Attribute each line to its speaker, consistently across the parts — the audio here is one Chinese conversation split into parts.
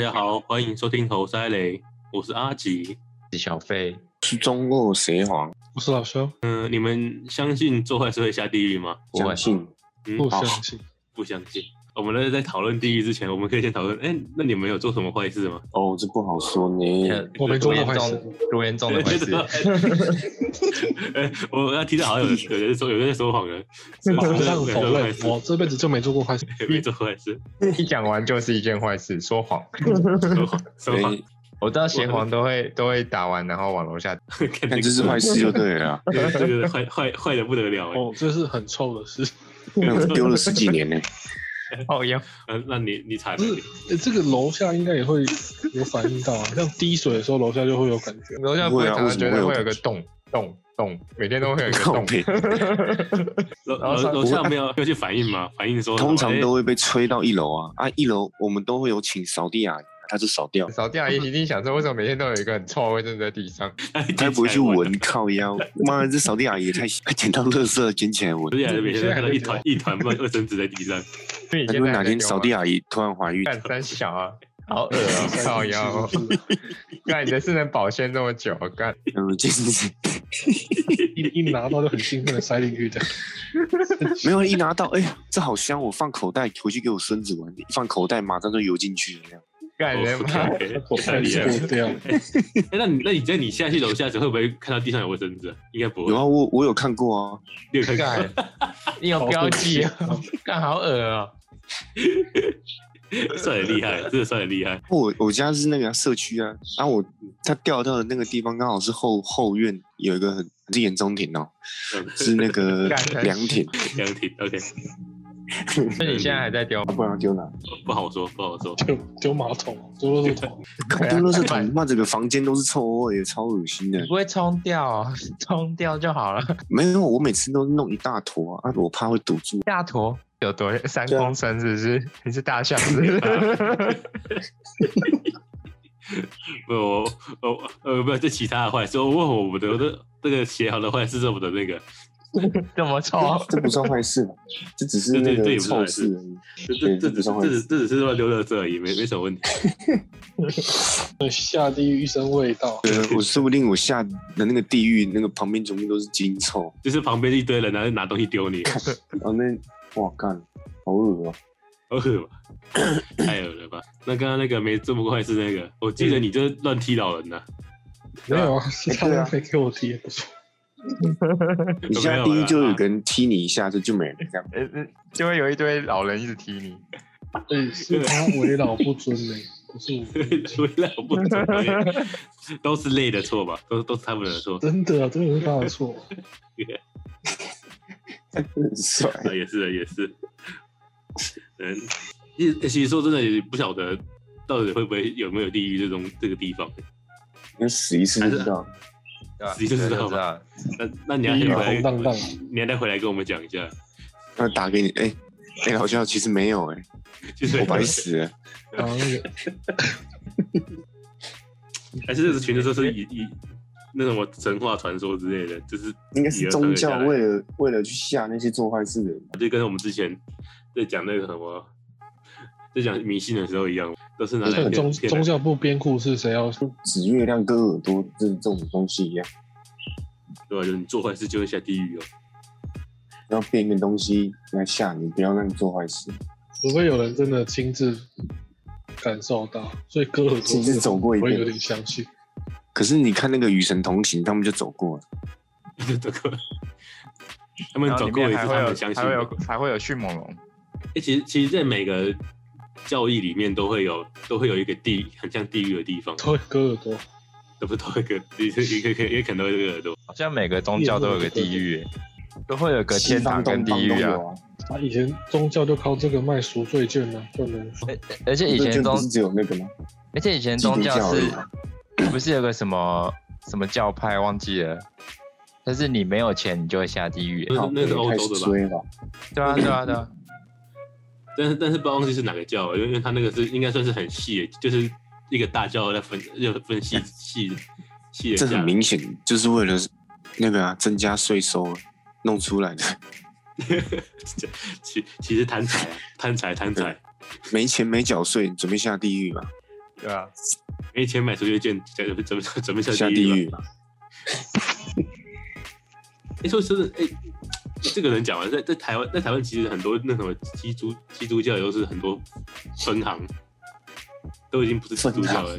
Speaker 1: 家好，欢迎收听猴塞雷，我是阿吉。
Speaker 2: 是小费，
Speaker 3: 是中二邪皇，
Speaker 4: 我是老哦肖，
Speaker 1: 嗯、你们相信做坏事会下地狱吗？
Speaker 2: 不会
Speaker 3: 相信
Speaker 1: 嗯，
Speaker 4: 不相信。
Speaker 1: 不相信。我们在在讨论地狱之前，我们可以先讨论，哎、那你们有做什么坏事吗？
Speaker 3: 哦，这不好说呢。
Speaker 4: 我没
Speaker 2: 多
Speaker 4: 做
Speaker 2: 呃严
Speaker 4: 过坏事
Speaker 2: 重，多严重的 坏事，
Speaker 1: 哎、我要听到好像有有人说有人在说谎了，是
Speaker 4: 马
Speaker 1: 不是
Speaker 4: 上否认
Speaker 1: 没，做
Speaker 4: 我这辈子就没做过坏事。
Speaker 1: 没做坏事，
Speaker 2: 一讲完就是一件坏事，说 谎。
Speaker 1: 说谎说
Speaker 3: 所
Speaker 1: 谎，
Speaker 3: 以
Speaker 2: 我知道邪皇都会都会打完，然后往楼下。
Speaker 1: 看
Speaker 3: 看这是坏事就对了啊啦，
Speaker 1: 对对对，坏坏坏的不得了、哎
Speaker 4: 哦，这是很臭的事。
Speaker 3: 那我丢了十几年呢。
Speaker 2: 哦呀，
Speaker 3: 啊
Speaker 1: 嗯，那你你惨了
Speaker 4: 不，是，诶这个楼下应该也会有反应到啊，像滴水的时候，楼下就会有感觉。
Speaker 2: 楼下不会
Speaker 3: 不会啊
Speaker 2: 常
Speaker 3: 为
Speaker 2: 常觉
Speaker 3: 什么会
Speaker 2: 得
Speaker 3: 有
Speaker 2: 会有个洞洞洞，每天都会有 一个
Speaker 3: 靠
Speaker 2: 洞。
Speaker 3: 北
Speaker 1: 楼
Speaker 2: 然后
Speaker 1: 楼
Speaker 2: 上
Speaker 1: 楼下没有要去反应吗？反应说什么
Speaker 3: 通常
Speaker 1: 哎
Speaker 3: 都会被吹到一楼啊，啊，一楼我们都会有请扫地阿姨，她就扫掉，
Speaker 2: 扫地阿姨一定想说，为什么每天都有一个很臭的味正在地 上？
Speaker 1: 哎
Speaker 3: 她不会去闻靠腰。妈，这扫地阿姨也太还捡到垃圾捡起来闻
Speaker 1: 不。是，每天都哎看到一团一团乱卫生纸在地上，
Speaker 2: 所以你
Speaker 3: 她
Speaker 2: 现
Speaker 3: 说
Speaker 2: 在
Speaker 3: 哪
Speaker 2: 还在
Speaker 3: 天
Speaker 2: 丢
Speaker 3: 扫
Speaker 2: 吗
Speaker 3: 地啊阿姨突然怀孕，
Speaker 2: 干三小啊，好恶啊， 靠腰！干你的事能保鲜这么久，干
Speaker 3: 嗯，就是
Speaker 4: 一一拿到就很兴奋的塞进去的。
Speaker 3: 没有一拿到，哎、呀，这好香，我放口袋回去给我孙子玩，一放口袋马上就游进去了那样。
Speaker 2: 干人妈！
Speaker 4: 我
Speaker 1: 我
Speaker 4: 开
Speaker 1: 看你
Speaker 4: 始
Speaker 1: 了。
Speaker 4: 过掉，
Speaker 1: 哎，那你那你在你下去楼下时会不会看到地上有卫生纸啊？应该不会
Speaker 3: 有。啊，我我有看过啊，
Speaker 1: 你有看过
Speaker 2: 干，你有标 记啊？干好恶啊！
Speaker 1: 算很厉害，真的算很厉害。
Speaker 3: 我我家是那个啊社区啊，然、后我它掉到的那个地方刚好是后后院有一个很是眼中亭哦，是那个
Speaker 2: 干得
Speaker 3: 凉亭，
Speaker 1: 杨婷，OK，
Speaker 2: 所以你现在还在丢？
Speaker 3: 不然丢哪？
Speaker 1: 不好说，不好说。
Speaker 4: 丢丢马桶，丢垃圾桶，
Speaker 3: 搞丢垃圾桶，妈整个房间都是臭味，超恶心的
Speaker 2: 你。不会冲掉 啊？冲掉就好了。
Speaker 3: 没有，我每次都弄一大坨啊，啊我怕会堵住。
Speaker 2: 大坨有多三公升是不是？你是大象是不是？
Speaker 1: 不，我我呃，不要这其他的坏事。我问我们的这这个写好的坏事是我们的那个，
Speaker 2: 这么 臭？
Speaker 3: 这不算坏事吧，这只是那
Speaker 1: 对对对
Speaker 3: 个
Speaker 1: 也不算
Speaker 3: 臭
Speaker 1: 坏事
Speaker 3: 事而已。
Speaker 1: 这这这只是这只这只是乱丢垃圾而已，没没什么问题。
Speaker 4: 下地狱一身味道。
Speaker 3: 对，我说不定我下的那个地狱，那个旁边全部都是金臭，
Speaker 1: 就是旁边一堆人拿拿东西丢 你，
Speaker 3: 然后那哇干，好恶啊！
Speaker 1: 好恶吧？太恶了吧？那刚刚那个没这么坏事那个，我记得你就是乱踢老人呐、啊
Speaker 4: 没有啊，是他
Speaker 3: 对
Speaker 4: 们
Speaker 3: 啊
Speaker 4: 可以给我踢，不错。
Speaker 3: 你下地狱就
Speaker 1: 啊
Speaker 3: 有个人踢你一下，这就没人这样。
Speaker 2: 呃呃就会有一堆老人一直踢你。
Speaker 4: 对，啊是他为老不尊呢，不是 我。
Speaker 1: 回来我不准备都是累的错吧？都都是他们的 错，
Speaker 4: 真的啊，真的是他的错。
Speaker 3: 很帅，
Speaker 1: 啊也是也是。嗯，其实其实说真的，也不晓得到底会不会有没有地狱这种这个地方。
Speaker 3: 你死一次就知道。
Speaker 2: 对吧
Speaker 1: 自己就知道吧
Speaker 2: 对就道
Speaker 1: 那那你要
Speaker 4: 地狱
Speaker 1: 回
Speaker 4: 空荡
Speaker 1: 来，
Speaker 4: 荡，
Speaker 1: 你要再回来跟我们讲一下。
Speaker 3: 那打给你，哎、哎、老肖，其实没有哎、
Speaker 1: 就是
Speaker 3: 我白死了。
Speaker 4: 然后那个
Speaker 1: 还是这群的都是以以那种神话传说之类的，就是
Speaker 3: 应该是宗教为了为了去吓那些做坏事的人。
Speaker 1: 就跟我们之前在讲那个什么，在讲迷信的时候一样，都是拿来
Speaker 4: 那个
Speaker 1: 骗
Speaker 4: 宗
Speaker 1: 骗
Speaker 4: 宗
Speaker 1: 人。
Speaker 4: 教部编故事，谁要
Speaker 3: 指月亮割耳朵这这种东西一样，
Speaker 1: 对吧？就是你做坏事就会下地狱哦。
Speaker 3: 要变一个东西来吓你，不要让你做坏事。
Speaker 4: 除非有人真的亲自感受到，所以割耳朵
Speaker 3: 亲自走过一
Speaker 4: 我
Speaker 3: 遍
Speaker 4: 也有点相信。
Speaker 3: 可是你看那个《与神同行》，他们就走过了，
Speaker 1: 走过，他们
Speaker 2: 然后
Speaker 1: 走
Speaker 2: 里
Speaker 1: 过
Speaker 2: 面
Speaker 1: 也
Speaker 2: 还
Speaker 1: 是
Speaker 2: 会
Speaker 1: 他
Speaker 2: 有
Speaker 1: 们相信
Speaker 2: 还会
Speaker 1: 的
Speaker 2: 有。还会有迅猛龙，
Speaker 1: 欸其实其实，在每个教义里面都会有都会有一个地很像地狱的地方，
Speaker 4: 都会割耳朵，
Speaker 1: 都不都会有一个一个一个也可能会有一个耳朵。
Speaker 2: 好像每个宗教都有个地狱，都会有个
Speaker 3: 西
Speaker 2: 天堂
Speaker 3: 方
Speaker 2: 跟
Speaker 3: 东
Speaker 2: 地
Speaker 3: 方都
Speaker 2: 狱啊
Speaker 3: 有。啊。
Speaker 4: 啊，以前宗教就靠这个卖赎罪券呢、不能说
Speaker 2: 而且以
Speaker 3: 这
Speaker 2: 前
Speaker 3: 就
Speaker 2: 宗
Speaker 3: 不是只有那个吗？
Speaker 2: 而且以前宗教
Speaker 3: 基督
Speaker 2: 是
Speaker 3: 教
Speaker 2: 不是有个什么什么教派忘记了？但是你没有钱，你就会下地狱、
Speaker 1: 那那是欧
Speaker 3: 开
Speaker 1: 洲
Speaker 3: 始
Speaker 1: 的吧？
Speaker 3: 吹了，
Speaker 2: 对啊，对啊，对啊。
Speaker 1: 但是但是不知道忘记是哪个教了，因为因为他那个是应该算是很细的，就是一个大教在分就分细细细的
Speaker 3: 哎这
Speaker 1: 下
Speaker 3: 很明显就是为了那个啊增加税收弄出来的，
Speaker 1: 其其实贪财啊，贪财贪财，
Speaker 3: 没钱没缴税，准备下地狱嘛。
Speaker 2: 对啊吧？
Speaker 1: 没钱买赎罪券，准备准备准备
Speaker 3: 下
Speaker 1: 下
Speaker 3: 地
Speaker 1: 狱
Speaker 3: 狱
Speaker 1: 吧。哎、说真的，哎、这个人讲完，在在台湾，在台湾其实很多那什么基督基督教，又是很多分行，都已经不是基督教了。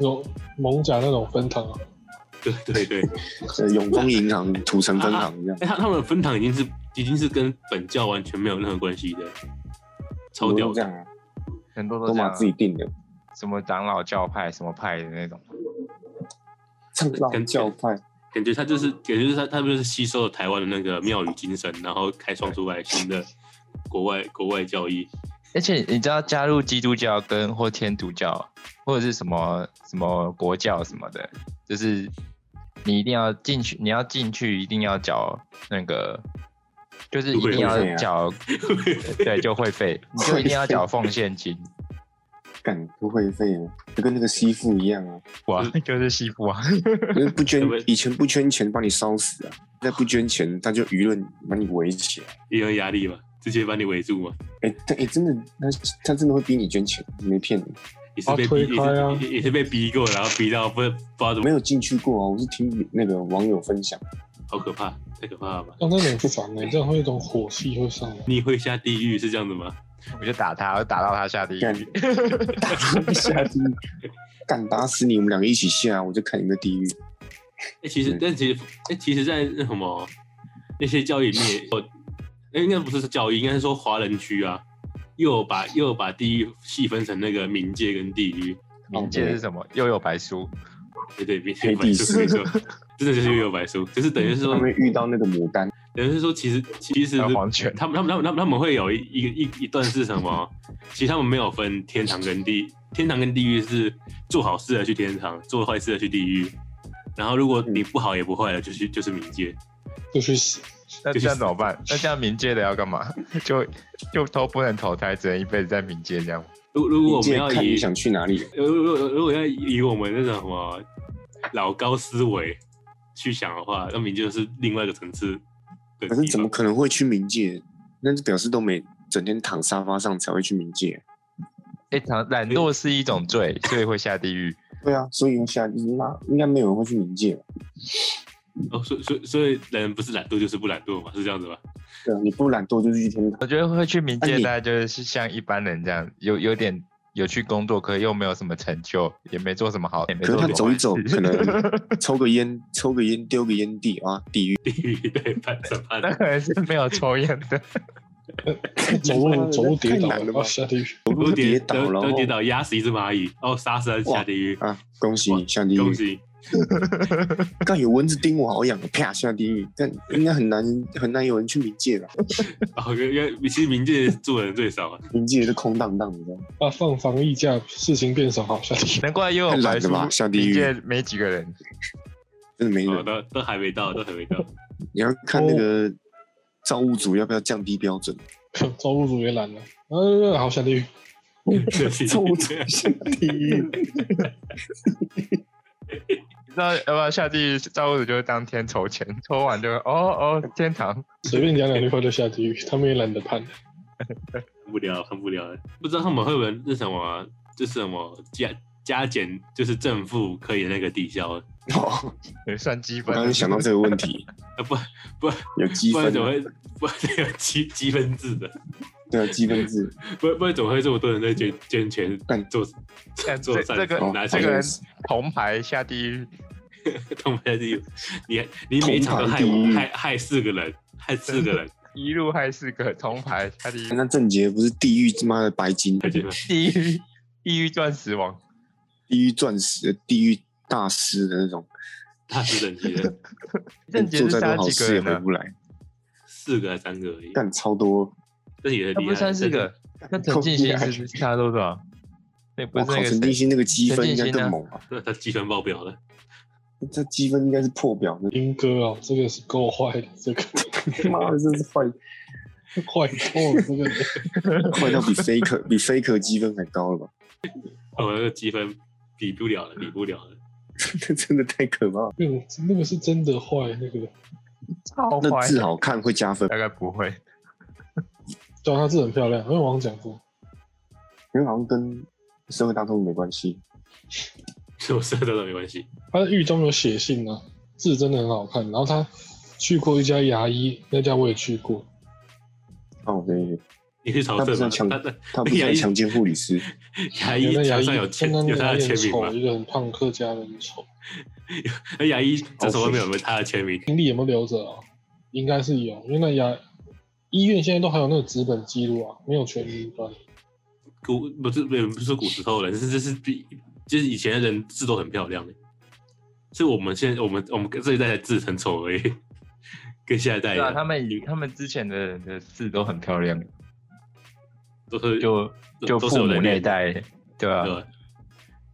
Speaker 4: 有蒙甲那种分堂啊，
Speaker 1: 对对对，
Speaker 3: 呃永丰银行、土城分行 这样。
Speaker 1: 哎、他他们的分堂已经是已经是跟本教完全没有任何关系的，超
Speaker 3: 我
Speaker 1: 屌
Speaker 3: 都这
Speaker 1: 的。
Speaker 3: 样啊，
Speaker 2: 很多
Speaker 3: 都
Speaker 2: 都这
Speaker 3: 把
Speaker 2: 样啊
Speaker 3: 自己定的，
Speaker 2: 什么长老教派什么派的那种，
Speaker 3: 唱老
Speaker 1: 跟
Speaker 3: 教派，
Speaker 1: 感觉他就是，感觉就是他，他们就是吸收了台湾的那个庙宇精神，然后开创出来新的国外国外教义。
Speaker 2: 而且你知道加入基督教跟或天主教或者是什么什么国教什么的，就是你一定要进去，你要进去一定要缴那个，就是一定
Speaker 3: 会费
Speaker 2: 要
Speaker 3: 啊
Speaker 2: 缴， 对，就会费，你就一定要缴奉献金，
Speaker 3: 干不会费啊，就跟那个吸父一样啊，
Speaker 2: 哇，就是西服啊，
Speaker 3: 就是不捐
Speaker 1: 对不对，
Speaker 3: 以前不捐钱把你烧死啊，再不捐钱他就舆论把你围起来。
Speaker 1: 一样压力嘛，直接把你围住嘛，
Speaker 3: 哎、他哎、真的，他他真的会逼你捐钱，没骗你。
Speaker 1: 也是被
Speaker 4: 把他
Speaker 1: 逼，
Speaker 4: 推开啊
Speaker 1: 也是也也是被逼过，然后逼到不知不知道怎
Speaker 3: 没
Speaker 1: 么，
Speaker 3: 有进去过啊，我是听那个网友分享，
Speaker 1: 好可怕，太可怕了吧？
Speaker 4: 像那种很烦的、这样会有一种火气会上来。
Speaker 1: 你会下地狱是这样子吗？
Speaker 2: 我就打他，我打到他下地
Speaker 3: 干
Speaker 2: 狱。
Speaker 3: 下地狱，敢打死你，我们两个一起下，我就看你们地狱。
Speaker 1: 哎、其实
Speaker 3: 嗯，
Speaker 1: 但其实，哎、其实，在那什么那些教育里面也，哦，哎、应该不是教育，应该是说华人区啊，又有把又有把地狱细分成那个冥界跟地狱，
Speaker 2: 冥界是什么？又有白书，
Speaker 1: 对对，冥
Speaker 3: 黑
Speaker 1: 界白
Speaker 3: 帝
Speaker 1: 书
Speaker 3: 斯
Speaker 1: 没错，真的就是又有白书，就是等于是
Speaker 3: 他
Speaker 1: 说，
Speaker 3: 们遇到那个牡丹，
Speaker 1: 等于是说，其实其实
Speaker 2: 还有黄泉。
Speaker 1: 他们他们他们他们他们会有一一一一段是什么？其实他们没有分天堂跟地，天堂跟地狱是做好事的去天堂，做坏事的去地狱。然后如果
Speaker 2: 嗯
Speaker 1: 你不好也不坏了，就去就是冥界。
Speaker 4: 就 去死，
Speaker 2: 那
Speaker 1: 就
Speaker 2: 这
Speaker 1: 是
Speaker 2: 样怎么办？那这样冥界的要干嘛？ 就就都不能投胎，只能一辈子在冥界这样。
Speaker 1: 如如果我
Speaker 3: 你
Speaker 1: 们
Speaker 3: 记
Speaker 1: 要
Speaker 3: 得看
Speaker 1: 以
Speaker 3: 你想去哪里，
Speaker 1: 如如如如果要以我们那种什么老高思维去想的话，那冥界就是另外一个层次的地
Speaker 3: 可
Speaker 1: 方。
Speaker 3: 是怎么可能会去冥界？那就表示都没整天躺沙发上才会去冥界。
Speaker 2: 哎、常懒惰是一种罪，所以会下地狱。
Speaker 3: 对啊，所以我想，那应该没有人会去冥界吧？
Speaker 1: 哦，所以所以所以人不是懒惰就是不懒惰嘛，是这样子吧？
Speaker 3: 对啊，你不懒惰就是去天堂。
Speaker 2: 我觉得会去冥
Speaker 3: 那
Speaker 2: 界，
Speaker 3: 啊你
Speaker 2: 大概就是像一般人这样，有有点有去工作，可又没有什么成就，也没做什么好，也没
Speaker 3: 可是
Speaker 2: 做
Speaker 3: 他
Speaker 2: 什么
Speaker 3: 走一
Speaker 2: 坏
Speaker 3: 走，
Speaker 2: 事
Speaker 3: 可能 抽个烟，抽个烟，丢个烟蒂啊，地狱。
Speaker 1: 地狱对判审判
Speaker 2: 那可能是没有抽烟的。
Speaker 4: 走路走路跌倒
Speaker 3: 太难了吧
Speaker 4: 啊，下地狱。
Speaker 3: 走路跌倒
Speaker 1: 都
Speaker 3: 然后
Speaker 1: 跌倒压死一只蚂蚁，哦，杀死它下地狱，
Speaker 3: 啊！恭喜
Speaker 1: 哇
Speaker 3: 你下地
Speaker 1: 恭
Speaker 3: 狱！
Speaker 1: 喜！
Speaker 3: 刚有蚊子叮我，好痒，啪下地狱。但应该很难很难有人去冥界吧？
Speaker 1: 哦，因为其实冥界住的人最少啊，
Speaker 3: 冥界是空荡荡的，
Speaker 4: 啊，放防疫假，事情变少，好，下地狱。
Speaker 2: 难怪又
Speaker 3: 太
Speaker 2: 有白
Speaker 3: 懒了
Speaker 2: 书
Speaker 3: 吧下地
Speaker 2: 冥
Speaker 3: 狱
Speaker 2: 界没几个人。
Speaker 3: 真的没
Speaker 1: 哦，
Speaker 3: 人。
Speaker 1: 都都还没到，都还没 到。
Speaker 3: 你要看那个造物主要不要降低标准？
Speaker 4: 造物主也懒了，啊，好，下地狱。
Speaker 3: 造物主下地 狱，
Speaker 2: 你知道要不要下地狱？造物主就是当天抽签，抽完就哦哦天堂。
Speaker 4: 随便讲两句话就下地狱，他们也懒得判。
Speaker 1: 看不了，看不了。不知道他们会不会是什么啊，就是什么加加减，就是正负可以那个抵消，
Speaker 3: 哦，
Speaker 2: 也算积
Speaker 3: 我
Speaker 2: 分。
Speaker 3: 刚刚想到这个问题，
Speaker 1: 啊 不不
Speaker 3: 有积
Speaker 1: 不然
Speaker 3: 分
Speaker 1: 怎么
Speaker 3: 啊，
Speaker 1: 会不然有积积分制的，
Speaker 3: 对啊，积分 制。
Speaker 1: 不不然怎么会这么多人在捐捐钱
Speaker 3: 干
Speaker 1: 做
Speaker 2: 干
Speaker 1: 做
Speaker 2: 这
Speaker 1: 善
Speaker 2: 这
Speaker 1: 事
Speaker 2: 个
Speaker 3: 哦
Speaker 1: 拿
Speaker 2: 这
Speaker 1: 钱
Speaker 2: 个
Speaker 3: 好
Speaker 2: 人
Speaker 3: 像是
Speaker 2: 铜牌下地狱，
Speaker 1: 同在地狱？你你每一场都害
Speaker 3: 同堂地狱
Speaker 1: 害害四个人，害四个 人，
Speaker 2: 一路害四个铜牌下地狱，
Speaker 3: 哎那郑杰不是地狱他妈的白金，
Speaker 1: 太绝了。
Speaker 2: 地狱地狱钻石王，
Speaker 3: 地狱钻石，地狱大师的那种，
Speaker 1: 大师等级的，
Speaker 2: 郑杰
Speaker 3: 哎做
Speaker 2: 是
Speaker 3: 再
Speaker 2: 杀
Speaker 3: 多好
Speaker 2: 几个
Speaker 3: 事也
Speaker 2: 人啊
Speaker 3: 回
Speaker 2: 呢？
Speaker 3: 不来，
Speaker 1: 四个还是三个而已，
Speaker 3: 干超多。
Speaker 1: 这也很
Speaker 2: 他
Speaker 1: 厉害。
Speaker 2: 不是三四个， 那陈
Speaker 3: 扣
Speaker 2: 静
Speaker 3: 一
Speaker 2: 心
Speaker 3: 来
Speaker 2: 是杀多少？那不
Speaker 3: 我
Speaker 2: 是
Speaker 3: 靠，
Speaker 2: 那
Speaker 3: 陈
Speaker 2: 个
Speaker 3: 定
Speaker 2: 谁？
Speaker 3: 心那个积分应
Speaker 2: 陈
Speaker 3: 该
Speaker 2: 定心啊
Speaker 3: 更猛吧？
Speaker 1: 那他积分爆表了，
Speaker 3: 这积分应该是破表的，
Speaker 4: 英哥哦，这个是够坏的，这个
Speaker 3: 妈的，这是 坏
Speaker 4: 坏透了，这个
Speaker 3: 坏到比 faker 比 faker 积分还高了吧？
Speaker 1: 我那个积分比不了了，比不了了。
Speaker 3: 这真的太可怕了。
Speaker 4: 那个那个是真的坏，那个
Speaker 2: 超
Speaker 3: 那
Speaker 2: 坏，
Speaker 3: 字好看会加分，
Speaker 2: 大概不会。
Speaker 4: 啊叫他字很漂亮，因为我好像讲过，
Speaker 3: 因为好像跟社会大众没关系。
Speaker 1: 是我射的都没关系。
Speaker 4: 他的狱中有写信啊，字真的很好看。然后他去过一家牙医，那家我也去过，
Speaker 3: 哦，对对对，
Speaker 1: 你去朝
Speaker 3: 他不
Speaker 1: 圣
Speaker 3: 是在强
Speaker 1: 吗？他
Speaker 3: 他不
Speaker 1: 那
Speaker 3: 是
Speaker 1: 牙
Speaker 3: 在
Speaker 1: 医
Speaker 3: 强奸护理师，
Speaker 1: 牙医
Speaker 4: 那牙
Speaker 1: 墙
Speaker 4: 医
Speaker 1: 上有签，
Speaker 4: 那
Speaker 1: 有他
Speaker 4: 牙
Speaker 1: 的
Speaker 4: 医很
Speaker 1: 签名
Speaker 4: 丑，
Speaker 1: 吗？
Speaker 4: 一个很胖客家人很丑。
Speaker 1: 那牙医诊所外面有
Speaker 3: 哦
Speaker 1: 没有他的签名？
Speaker 4: 病历有没有留着啊？应该是有，因为那牙医院现在都还有那个纸本记录啊，没有全云端。
Speaker 1: 骨不是不是不是骨石头人，是这是比就是以前的人字都很漂亮的，是我们现在我们我们这一代的字很丑而已，跟下一代一
Speaker 2: 对啊，
Speaker 1: 样
Speaker 2: 他们他们之前的人的字都很漂亮，
Speaker 1: 都是
Speaker 2: 就
Speaker 1: 都
Speaker 2: 就
Speaker 1: 都是
Speaker 2: 父
Speaker 1: 有
Speaker 2: 母
Speaker 1: 人
Speaker 2: 那
Speaker 1: 练
Speaker 2: 一代，对吧、
Speaker 1: 对吧？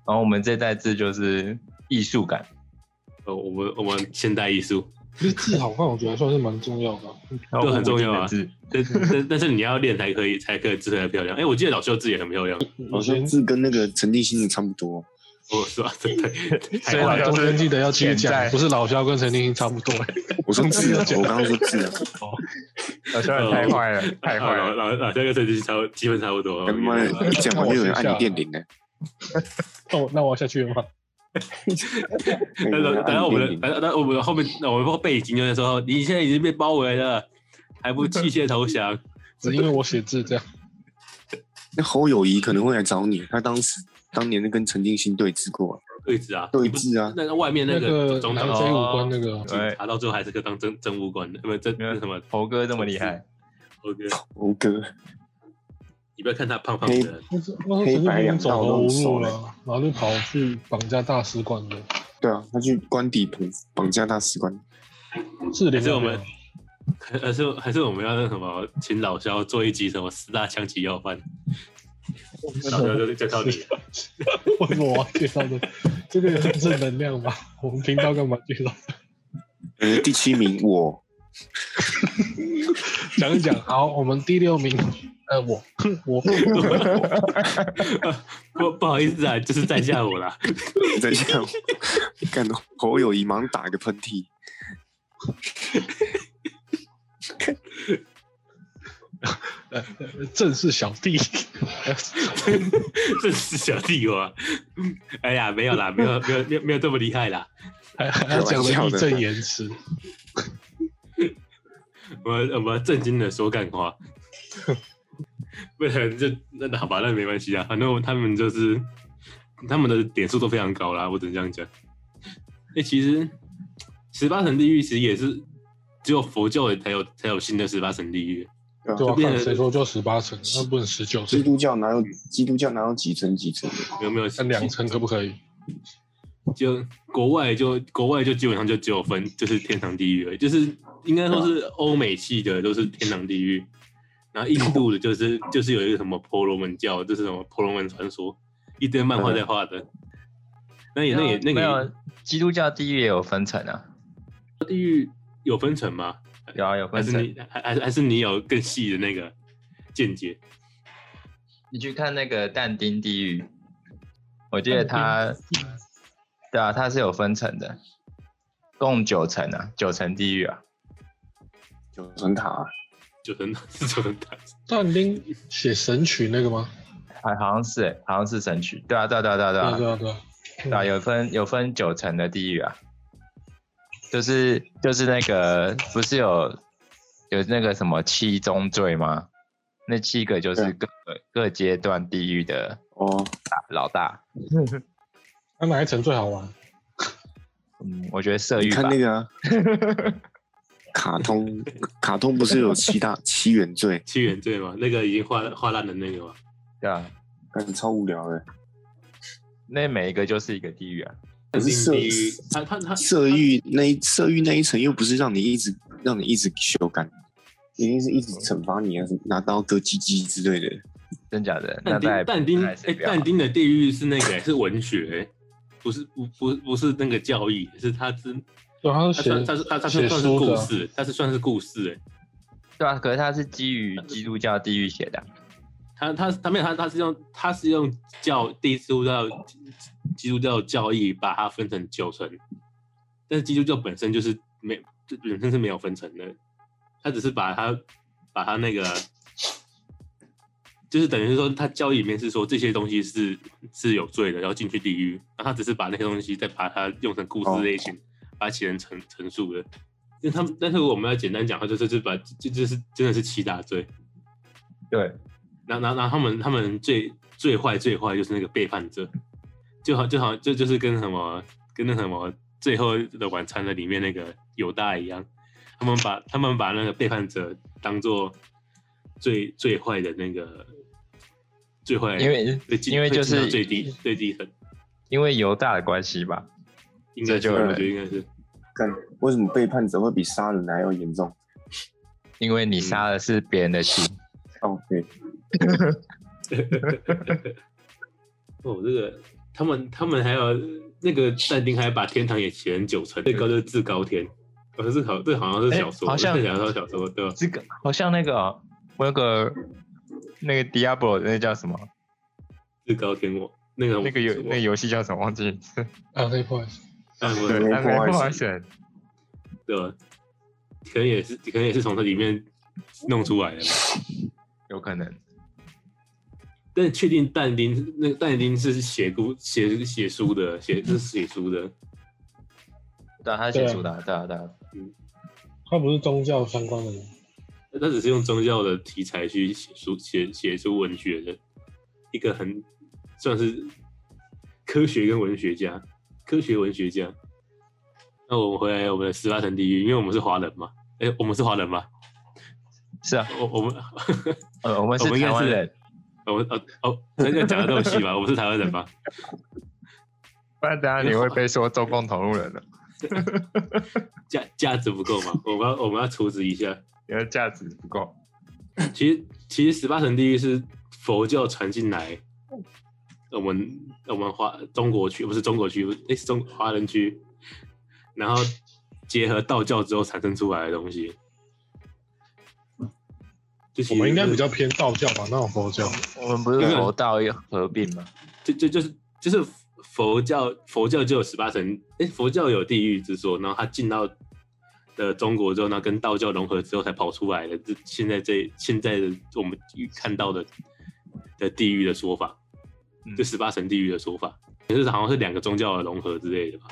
Speaker 2: 然后我们这代字就是艺术感，
Speaker 1: 呃，我们我们现代艺术，
Speaker 4: 可是字好看，我觉得算是蛮重要的啊、
Speaker 2: 然后
Speaker 1: 很重要啊
Speaker 2: 父母亲 的字
Speaker 1: 但但但是你要练才可以才可以字才漂亮。哎、我记得老秀字也很漂亮，
Speaker 3: 好像字跟那个陈立新的差不多。
Speaker 1: 我是吧？对对，
Speaker 2: 所以
Speaker 1: 哇
Speaker 2: 老肖
Speaker 4: 中
Speaker 2: 是
Speaker 4: 间记得要继续
Speaker 2: 潜在
Speaker 4: 讲，不是老肖跟陈立新差不多、欸。
Speaker 3: 我说 字啊，我刚刚说字啊，
Speaker 2: 老肖也哦太坏了，太坏
Speaker 1: 啊老老
Speaker 2: 了。
Speaker 1: 老肖跟陈志差不多基本差不多。
Speaker 3: 他妈的一讲完就有人按你电 铃呢。
Speaker 4: 哦，那我要下去了吗？
Speaker 3: 等
Speaker 1: 等等下我们的，等等我们后面，我们背景就是说，你现在已经被包围了，还不弃械投降？
Speaker 4: 只因为我写字这样。
Speaker 3: 那侯友谊可能会来找你，他当时当年是跟陈进兴对峙过，
Speaker 1: 对峙啊，
Speaker 3: 对峙啊，
Speaker 1: 那 那外面
Speaker 4: 那
Speaker 1: 个
Speaker 4: 个
Speaker 1: 总
Speaker 4: 南
Speaker 1: 统啊
Speaker 2: 哦
Speaker 4: 非五官那个，
Speaker 2: 对，
Speaker 1: 查到最后还是个当真真武官的，不真
Speaker 2: 没有
Speaker 1: 那什么
Speaker 2: 猴哥这么厉害，
Speaker 1: ？OK，
Speaker 3: 猴哥
Speaker 1: 你不要看他胖胖的，
Speaker 4: 那是那是陈立新走投无路了，然后就跑去绑架大使馆的
Speaker 3: 对啊，他去官邸绑绑架大使官，
Speaker 4: 志玲
Speaker 1: 还是我们还是还是我们要那什么，请老肖做一集什么十大枪击要犯，老肖就就靠 你。
Speaker 4: 为什么我要介绍这个？这个也是正能量吧？我们频道干嘛介绍？
Speaker 3: 呃，第七名我，
Speaker 4: 讲一讲。好，我们第六名，呃，我 我
Speaker 1: 不不好意思啊，就是在下我啦。
Speaker 3: 等一下， 干侯友谊忙打个喷嚏，
Speaker 4: 呃正是小弟。
Speaker 1: 这是小弟我，哎呀，没有啦，没有没有没有没有这么厉害啦。
Speaker 4: 还还要讲的义正言辞，
Speaker 1: 我们我们正经的说干话，不然就那好吧，那没关系啊，反正他们就是他们的点数都非常高啦，我只能这样讲。哎、其实十八层地狱其实也是只有佛教才有才有新的十八层地狱，
Speaker 3: 对
Speaker 4: 对
Speaker 3: 吧、
Speaker 1: 啊
Speaker 4: 吧、看谁说就十八层，那不能十九
Speaker 3: 基
Speaker 4: 层，
Speaker 3: 督教哪有基督教哪有几层几层？
Speaker 1: 有没有？
Speaker 4: 那两层可不可以？
Speaker 1: 就国外就国外就基本上就只有分就是天堂地狱而已，就是应该说
Speaker 2: 嗯
Speaker 1: 是欧美系的都是天堂地狱，然后印度的 就是就是有一个什么婆罗门教，就是什么婆罗门传说，一堆漫画在画的。那也那也那
Speaker 2: 嗯没
Speaker 1: 个
Speaker 2: 有基督教地狱也有分层啊，
Speaker 1: 有分层吗？
Speaker 2: 有啊有
Speaker 1: 还
Speaker 2: 分
Speaker 1: 是
Speaker 2: 层。
Speaker 1: 你还还还是你有更细的那个见解？
Speaker 2: 你去看那个但丁地狱，我记得它，对啊，它是有分层的，共九层啊，九层地狱啊。
Speaker 3: 九层塔、啊，
Speaker 1: 九层是九层塔，
Speaker 4: 但丁写神曲那个吗？
Speaker 2: 还好像是、欸，好像是神曲，对啊，对啊，对啊，对啊，对
Speaker 4: 对啊
Speaker 2: 啊，
Speaker 4: 对啊对啊，
Speaker 2: 对啊，有分有分九层的地狱啊，就是就是那个不是有有那个什么七宗罪吗？那七个就是
Speaker 3: 对
Speaker 2: 各个各阶段地狱的
Speaker 3: 哦，
Speaker 2: 大老大，
Speaker 4: 那哪一层最好玩？
Speaker 2: 嗯，我觉得色
Speaker 3: 你
Speaker 2: 欲吧
Speaker 3: 看，那个、啊、 卡通，卡通不是有七 大七原罪？
Speaker 1: 七原罪嘛，那个已经画画烂的那个嘛。
Speaker 2: 对啊，
Speaker 3: 感超无聊欸的。
Speaker 2: 那每一个就是一个地狱啊，
Speaker 3: 可是色
Speaker 1: 地狱，他他他
Speaker 3: 色欲那一色欲那一层又不是让你一直让你一直修改，一定是一直惩罚你啊，拿刀割鸡鸡之类的。
Speaker 2: 真假的？那
Speaker 1: 但丁
Speaker 2: 在
Speaker 1: 但丁
Speaker 2: 哎
Speaker 1: 哎、，但丁的地狱是那个、是文学、不是不不不是那个教义，是他是
Speaker 4: 对，他
Speaker 1: 他
Speaker 4: 是
Speaker 1: 算
Speaker 4: 写
Speaker 1: 他是他他算
Speaker 4: 写
Speaker 1: 算是
Speaker 4: 书
Speaker 1: 故
Speaker 4: 的啊，
Speaker 1: 事，他是算是故事哎、
Speaker 2: 对啊，可是它是基于基督教地狱写的啊，
Speaker 1: 他他他没有他他是用他是用教第一次督教基督教教义把它分成九层，但是基督教本身就是没这本身是没有分层的，他只是把它把它那个就是等于是说，他教义里面是说这些东西是是有罪的，然后进去地狱。然后他只是把那些东西再把它用成故事类型，把它写成陈陈述的。因为他们，但是我们要简单讲，他就是就是把这就是真的是七大罪。
Speaker 2: 对，
Speaker 1: 然后然后然后他们他们最最坏最坏就是那个背叛者，就好就好这就是跟什么跟那什么最后的晚餐的里面那个犹大一样，他们把他们把那个背叛者当做最最坏的那个最坏的，
Speaker 2: 因为
Speaker 1: 最近
Speaker 2: 因为就
Speaker 1: 最近
Speaker 2: 是
Speaker 1: 到最低最低层，
Speaker 2: 因为犹大的关系吧，
Speaker 1: 应该是
Speaker 2: 这就
Speaker 1: 我觉得应该是
Speaker 3: 看为什么背叛者会比杀人还要严重？
Speaker 2: 因为你杀的是别人的心，
Speaker 3: 哦，对，
Speaker 1: 哦，这个他们他们还有那个但丁还把天堂也写成九层，最高就是至高天。我说这好，这好像是
Speaker 2: 哎
Speaker 1: 小说，
Speaker 2: 好像
Speaker 1: 这小说小说对吧？
Speaker 2: 这个好像那个哦、我有个那个 Diablo 那个叫什么？
Speaker 1: 至高天王那个
Speaker 2: 那个游那个
Speaker 1: 有
Speaker 2: 游戏叫什么？忘记。
Speaker 4: 啊，那块
Speaker 3: 对
Speaker 2: 暗黑破坏
Speaker 3: 破坏
Speaker 2: 神。
Speaker 1: 对吧？可能也是可能也是从这里面弄出来的吧。
Speaker 2: 有可能。
Speaker 1: 但确定但丁那个但丁是写故写写书的，写是写书的，
Speaker 2: 对啊，他写出的啊，对啊，对啊，
Speaker 4: 它不是宗教相关的吗？
Speaker 1: 他只是用宗教的题材去写书写写出文学的一个很算是科学跟文学家，科学文学家。那我们回来我们的十八层地狱，因为我们是华人嘛，哎、我们是华人嘛，
Speaker 2: 是啊，
Speaker 1: 我我们
Speaker 2: 呃，我们是
Speaker 1: 我们应该
Speaker 2: 台湾
Speaker 1: 是
Speaker 2: 人，
Speaker 1: 我们哦哦，那个讲的都细吧，我们是台湾人嘛，
Speaker 2: 不然等下你会被说中共同路人的，
Speaker 1: 价价值不够嘛，我们要我们要处置一下。
Speaker 2: 你的价值不够。
Speaker 1: 其实其实十八层地狱是佛教传进来，我们我们华中国区不是中国区，哎、是中华人区，然后结合道教之后产生出来的东西。就其实
Speaker 4: 我们应该
Speaker 1: 是
Speaker 4: 比较偏道教吧，那种佛教。
Speaker 2: 我们不是佛道要合并吗？
Speaker 1: 就就就是就是佛教佛教就有十八层，哎，佛教有地狱之说，然后他进到呃中国之后，然后跟道教融合之后才跑出来的，这现在这现在的我们看到的的地狱的说法
Speaker 2: 嗯，
Speaker 1: 就十八层地狱的说法，也是好像是两个宗教的融合之类的吧，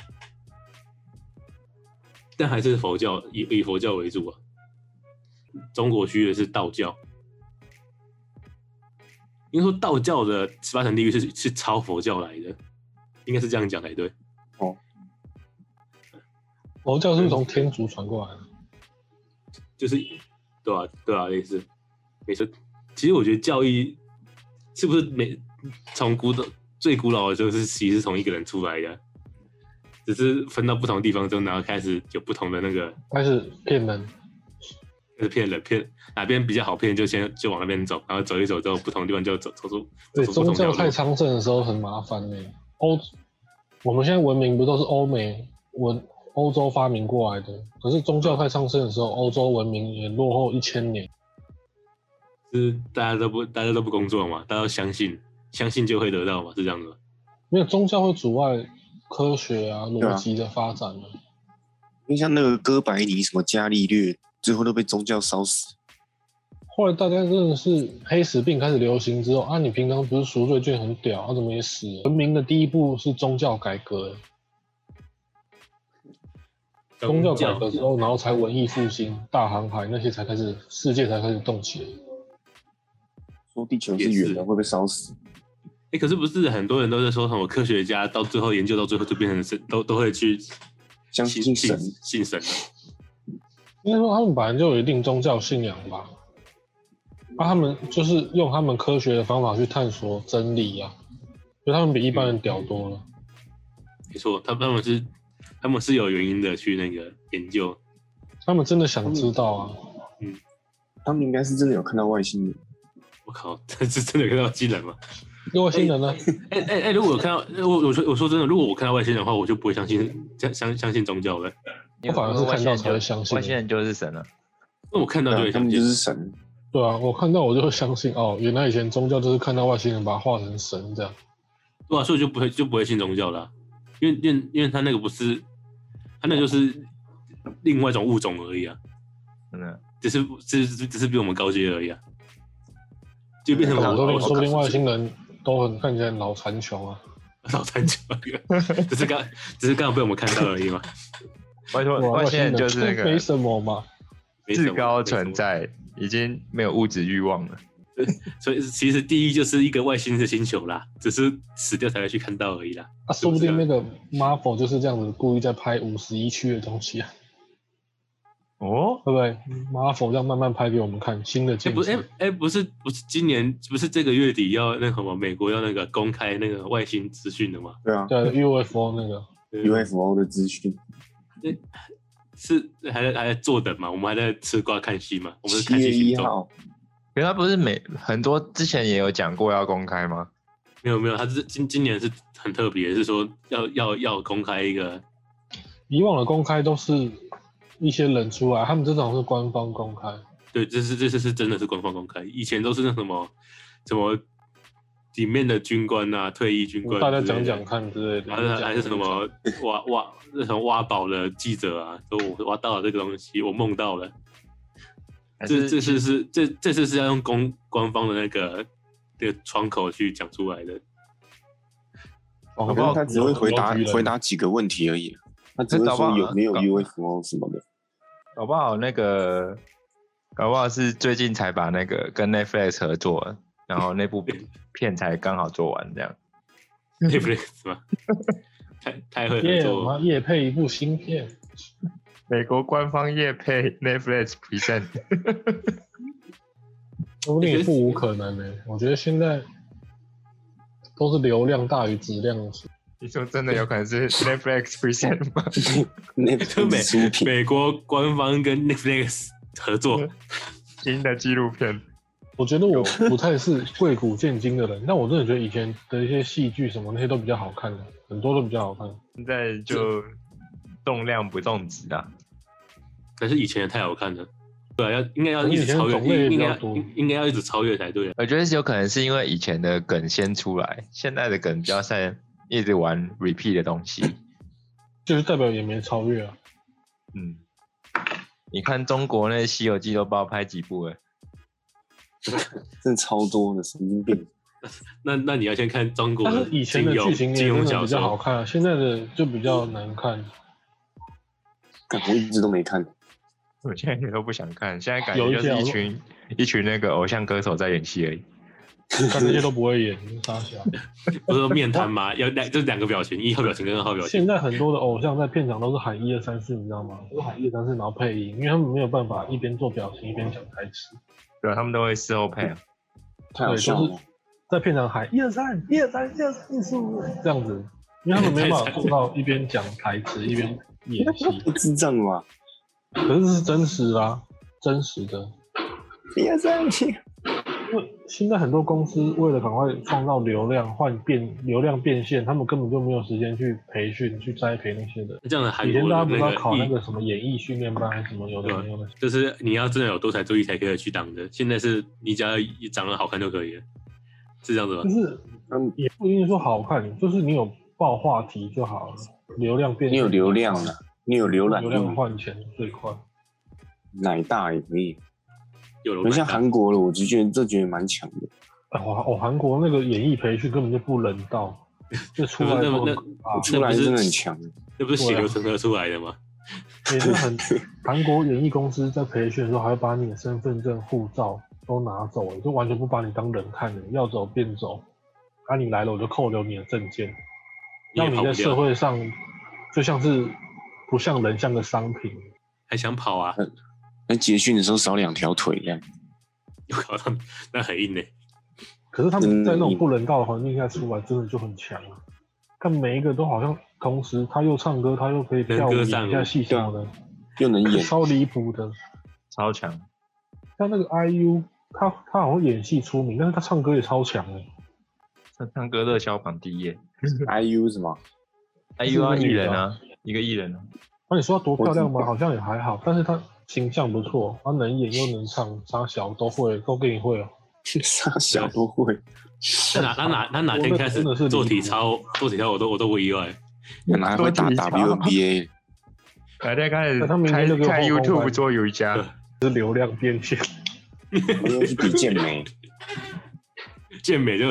Speaker 1: 但还是佛教以以佛教为主啊，中国区的是道教。应该说道教的十八层地狱是是抄佛教来的，应该是这样讲才对。
Speaker 4: 佛教是不是从天竺传过来的？
Speaker 1: 就是对啊？对啊？类似，没错。其实我觉得教义是不是每从古老最古老的时候是其实是从一个人出来的，只是分到不同地方之后，然后开始有不同的那个，
Speaker 4: 开始骗人，
Speaker 1: 就是骗人骗哪边比较好骗，就先就往那边走，然后走一走之后，不同地方就走走出走
Speaker 4: 对
Speaker 1: 出不
Speaker 4: 宗
Speaker 1: 同
Speaker 4: 教
Speaker 1: 条
Speaker 4: 太
Speaker 1: 路。
Speaker 4: 昌盛的时候很麻烦的、欧，我们现在文明不都是欧美文欧洲发明过来的？可是宗教太昌盛的时候，欧洲文明也落后一千年。
Speaker 1: 就是大家都不大家都不工作嘛，大家都相信，相信就会得到嘛，是这样的吗。
Speaker 4: 没有宗教会阻碍科学啊、逻辑的发展啊。
Speaker 3: 因为像那个哥白尼什么伽利略，最后都被宗教烧死。
Speaker 4: 后来大家真的是黑死病开始流行之后啊，你平常不是赎罪券很屌，啊怎么也死了？文明的第一步是宗教改革、宗教改革之后，然后才文艺复兴、大航海那些才开始，世界才开始动起来。
Speaker 3: 说地球
Speaker 1: 是
Speaker 3: 是
Speaker 1: 圆
Speaker 3: 圆
Speaker 1: 的
Speaker 3: 的会被烧死，
Speaker 1: 哎、可是不是很多人都在说什么科学家到最后研究到最后就变成神，都都会去
Speaker 3: 相信
Speaker 1: 信
Speaker 3: 神。
Speaker 1: 信神了。
Speaker 4: 应该说他们本来就有一定宗教信仰吧，啊，他们就是用他们科学的方法去探索真理啊，所以他们比一般人屌多了。
Speaker 1: 没错，他他们是他们是有原因的去那个研究，
Speaker 4: 他们真的想知道啊，
Speaker 3: 他们应该是真的有看到外星人，
Speaker 1: 我靠， 这是真的看到技能吗？
Speaker 4: 外星人呢？
Speaker 1: 哎哎哎，如果我看到我我说我说真的，如果我看到外星人的话，我就不会相信相相相信宗教了。
Speaker 2: 因为
Speaker 4: 反而是看到才会相信
Speaker 2: 外星人就是神了。
Speaker 1: 那我看到就
Speaker 3: 对
Speaker 1: 会
Speaker 3: 啊，他
Speaker 1: 相
Speaker 3: 们
Speaker 1: 信
Speaker 3: 就，是神。
Speaker 4: 对啊，我看到我就会相信哦，原来以前宗教就是看到外星人把它化成神这样。
Speaker 1: 对啊，所以就不会就不会信宗教了啊、因为因为因为他那个不是，他那个就是另外一种物种而已啊。
Speaker 2: 真的，
Speaker 1: 只是只是只是比我们高阶而已啊。就变成
Speaker 4: 说
Speaker 1: 老
Speaker 4: 不定
Speaker 1: 老
Speaker 4: 说不定外星人都很看起来很脑残穷啊，
Speaker 1: 老残穷，只是刚只是刚好被我们看到而已嘛，
Speaker 2: 外星
Speaker 4: 哇
Speaker 2: 外星人就是那
Speaker 4: 没
Speaker 2: 个
Speaker 4: 什么嘛，
Speaker 1: 没什么
Speaker 2: 至高存，
Speaker 1: 没
Speaker 2: 在，已经没有物质欲望了。
Speaker 1: 什么所以其实地狱就是一个外星的星球啦，只是死掉才会去看到而已啦。
Speaker 4: 啊，
Speaker 1: 是
Speaker 4: 说
Speaker 1: 不
Speaker 4: 不
Speaker 1: 是啊
Speaker 4: 定那个 Marvel 就是这样子故意在拍五十一区的东西啊，
Speaker 2: 哦，
Speaker 4: 对不对？Marvel 这样慢慢拍给我们看新的
Speaker 1: 哎、
Speaker 4: 进
Speaker 1: 不
Speaker 4: 度
Speaker 1: 是，哎、哎、不是，不是今年，不是这个月底要那什么，美国要那个公开那个外星资讯的吗？
Speaker 3: 对啊
Speaker 4: 对 UFO 那个，
Speaker 1: 对
Speaker 3: ，UFO 的资讯，
Speaker 1: 是还在还在坐等嘛？我们还在吃瓜看戏嘛？我们是
Speaker 3: 七
Speaker 1: 看戏
Speaker 3: 月
Speaker 1: 行
Speaker 3: 一
Speaker 1: 动。
Speaker 3: 号，
Speaker 2: 原来不是每很多之前也有讲过要公开吗？
Speaker 1: 没有没有，他是今今年是很特别，是说要要要公开一个，
Speaker 4: 以往的公开都是一些人出来，他们这种是官方公开，
Speaker 1: 对，这是这是是真的是官方公开，以前都是那什么什么里面的军官啊，退役军官，
Speaker 4: 大家讲讲，看之类的，
Speaker 1: 然后还是什么挖挖那什么挖宝的记者啊，说我挖到了这个东西，我梦到了。
Speaker 2: 还
Speaker 1: 这
Speaker 2: 是
Speaker 1: 这次是这这次是要用公官方的那个这个窗口去讲出来 的，
Speaker 4: 广
Speaker 2: 搞不
Speaker 3: 然
Speaker 2: 好
Speaker 3: 后
Speaker 4: 告
Speaker 3: 他只会回答
Speaker 4: 有有有
Speaker 3: 回答几个问题而已，他只会
Speaker 2: 那搞不好
Speaker 3: 说有没有
Speaker 2: 搞
Speaker 3: UFO 什么的。
Speaker 2: 搞不好那个，搞不好是最近才把那个跟 Netflix 合作，然后那部片才刚好做完这样。
Speaker 1: 对不对？是 吧？太太会合
Speaker 4: 夜
Speaker 1: 作
Speaker 4: 嘛
Speaker 1: 了，
Speaker 4: 夜配一部新片，
Speaker 2: 美国官方业配 Netflix present，
Speaker 4: 说不定也不无可能呢、欸我觉得现在都是流量大于质量的事，
Speaker 2: 你说真的有可能 是 Netflix present 吗？
Speaker 3: 那
Speaker 1: 就美
Speaker 3: 本出品，
Speaker 1: 美国官方跟 Netflix 合作，
Speaker 2: 新的纪录片，
Speaker 4: 我觉得我不太是贵古见今的人，但我真的觉得以前的一些戏剧什么那些都比较好看的，很多都比较好看。
Speaker 2: 现在就重量不重质啊。
Speaker 1: 但是以前也太好看了。对啊，要应该要一直
Speaker 4: 以前
Speaker 1: 超越，
Speaker 4: 种类也
Speaker 1: 应
Speaker 4: 比
Speaker 1: 该
Speaker 4: 较
Speaker 1: 要
Speaker 4: 多
Speaker 1: 应应该要一直超越才对啊。
Speaker 2: 我觉得有可能是因为以前的梗先出来，现在的梗比较在一直玩 repeat 的东 西。
Speaker 4: 就是代表也没超越啊，
Speaker 2: 嗯，你看中国那《西游记》都不知道拍几部了，
Speaker 3: 真的超多的神经病。
Speaker 1: 那那你要先看中国
Speaker 4: 但
Speaker 1: 的
Speaker 4: 是以前
Speaker 1: 金
Speaker 4: 的剧
Speaker 1: 庸
Speaker 4: 情也
Speaker 1: 金
Speaker 4: 真
Speaker 1: 庸
Speaker 4: 的
Speaker 1: 小
Speaker 4: 比较好
Speaker 1: 说，
Speaker 4: 看、啊，现在的就比较 难看。
Speaker 3: 干我一直都没看，
Speaker 2: 我现在一点都不想看，现在感
Speaker 4: 有
Speaker 2: 觉
Speaker 4: 一
Speaker 2: 就
Speaker 4: 些
Speaker 2: 是
Speaker 4: 好
Speaker 2: 一
Speaker 4: 像
Speaker 2: 群一群那个偶像歌手在演戏而已。
Speaker 4: 但那些都不会演，傻小。
Speaker 1: 啊不是说面 瘫吗？有两就是两个表情，一号表情跟二号表情
Speaker 4: 现。在很多的偶像在片场都是喊一二三四，你知道吗？都喊一二三四，然后配音，因为他们没有办法一边做表情一边讲台词，
Speaker 2: 对啊，他们都会事后配啊。
Speaker 3: 太好
Speaker 4: 对
Speaker 3: 笑
Speaker 4: 就是
Speaker 3: 了。
Speaker 4: 在片场喊一二三，一二三，一二三，一四五这样子，因为他们没办法做到一边讲台词一边演戏。
Speaker 3: 不智障吧？
Speaker 4: 可是这是真实啊，真实的。
Speaker 3: 一二三，
Speaker 4: 因为现在很多公司为了赶快创造流量，换变流量变现，他们根本就没有时间去培训、去栽培那些的。
Speaker 1: 这样的韩
Speaker 4: 以前
Speaker 1: 国
Speaker 4: 大家
Speaker 1: 的
Speaker 4: 不
Speaker 1: 那
Speaker 4: 是要考
Speaker 1: 个
Speaker 4: 那
Speaker 1: 艺
Speaker 4: 个什么演艺训练班还是什么有的没有的，
Speaker 1: 就是你要真的有多才多艺才可以去当的。现在是你只要一长得好看就可以了，是这样子吗
Speaker 4: 就？是
Speaker 3: 嗯，
Speaker 4: 也不一定说好看，就是你有爆话题就好了，流量变
Speaker 3: 你有流量了，你有浏览
Speaker 4: 流量
Speaker 3: 量，
Speaker 4: 换钱最快。
Speaker 3: 奶大也可以。
Speaker 1: 有了
Speaker 3: 很
Speaker 1: 买
Speaker 3: 像
Speaker 1: 单
Speaker 3: 韩国的，我就觉得这觉得蛮强的。
Speaker 4: 啊哇哦，韩国那个演艺培训根本就不人道，就出来
Speaker 1: 那
Speaker 4: 都
Speaker 1: 么那
Speaker 4: 很可怕。
Speaker 3: 出
Speaker 1: 那
Speaker 3: 来
Speaker 1: 不是
Speaker 3: 真的很强，
Speaker 1: 那不是血流成河出来的吗？
Speaker 4: 也是 很，韩国演艺公司在培训的时候，还会把你的身份证、护照都拿走，欸就完全不把你当人看的，要走便走。啊，你来了我就扣留你的证件，
Speaker 1: 你也
Speaker 4: 让你
Speaker 1: 跑不
Speaker 4: 在社
Speaker 1: 掉
Speaker 4: 会上就像是不像人，像个商品。
Speaker 1: 还想跑啊？
Speaker 3: 那结训的时候少两条腿这样。
Speaker 1: 我靠，他们那很硬呢、
Speaker 4: 可是他们在那种
Speaker 3: 嗯
Speaker 4: 不人道的环境下出来，真的就很强啊。但每一个都好像同时，他又唱歌，他又可以
Speaker 1: 能
Speaker 4: 跳舞，
Speaker 1: 歌
Speaker 4: 演
Speaker 1: 善
Speaker 4: 一下
Speaker 1: 舞
Speaker 4: 戏什么的，
Speaker 3: 又能啊 演，
Speaker 4: 超离谱的。
Speaker 2: 超强。
Speaker 4: 像那个 IU，他他好像演戏出名，但是他唱歌也超强的。
Speaker 2: 唱唱歌热销榜第一耶，
Speaker 3: IU 什么？
Speaker 2: 哎，
Speaker 4: 是
Speaker 2: 又要
Speaker 4: 那个
Speaker 2: 艺
Speaker 4: 女的
Speaker 2: 人啊，一个艺人啊，
Speaker 4: 那、你说她多漂
Speaker 3: 我
Speaker 4: 亮吗？
Speaker 3: 知道
Speaker 4: 好像也还好，但是她形象不错，她能演又能唱，啥小都会，都给你会哦。
Speaker 3: 傻 小都会，
Speaker 1: 他哪他哪他哪天开始
Speaker 4: 我那真的是离谱
Speaker 1: 做体操，做体操我都我都不意外。
Speaker 3: 本来会打
Speaker 2: 多体操
Speaker 3: WNBA，
Speaker 2: 改天开始
Speaker 4: 那他明
Speaker 2: 开
Speaker 4: 天就给我
Speaker 2: 开
Speaker 4: 后空
Speaker 2: YouTube
Speaker 4: 翻
Speaker 2: 做瑜伽
Speaker 1: 对，
Speaker 4: 是流量变现，
Speaker 3: 我要去比健美，
Speaker 1: 健美就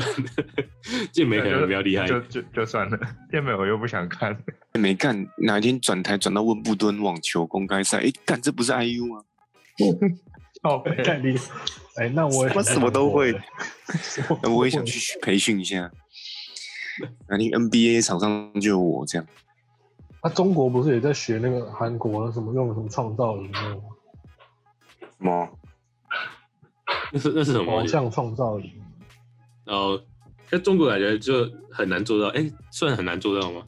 Speaker 1: 健美可能比较厉害一
Speaker 2: 就
Speaker 1: 点，
Speaker 2: 就就算了。健美我又不想 看，
Speaker 3: 没干，哪一天转台转到温布顿网球公开赛，哎，干这不是 IU 吗？
Speaker 2: 靠背
Speaker 4: 看你，哎，那我也
Speaker 3: 我
Speaker 4: 想
Speaker 3: 什么都会
Speaker 4: 看过，
Speaker 3: 那呃我也想去培训一下。哪天 NBA 场上就有我这样，
Speaker 4: 啊，中国不是也在学那个韩国那什么用什么创造营那种吗
Speaker 3: 什么？
Speaker 1: 那是那是什么
Speaker 4: 偶
Speaker 1: 东西？
Speaker 4: 像创造营？
Speaker 1: 然后在中国感觉就很难做到，哎、算很难做到吗？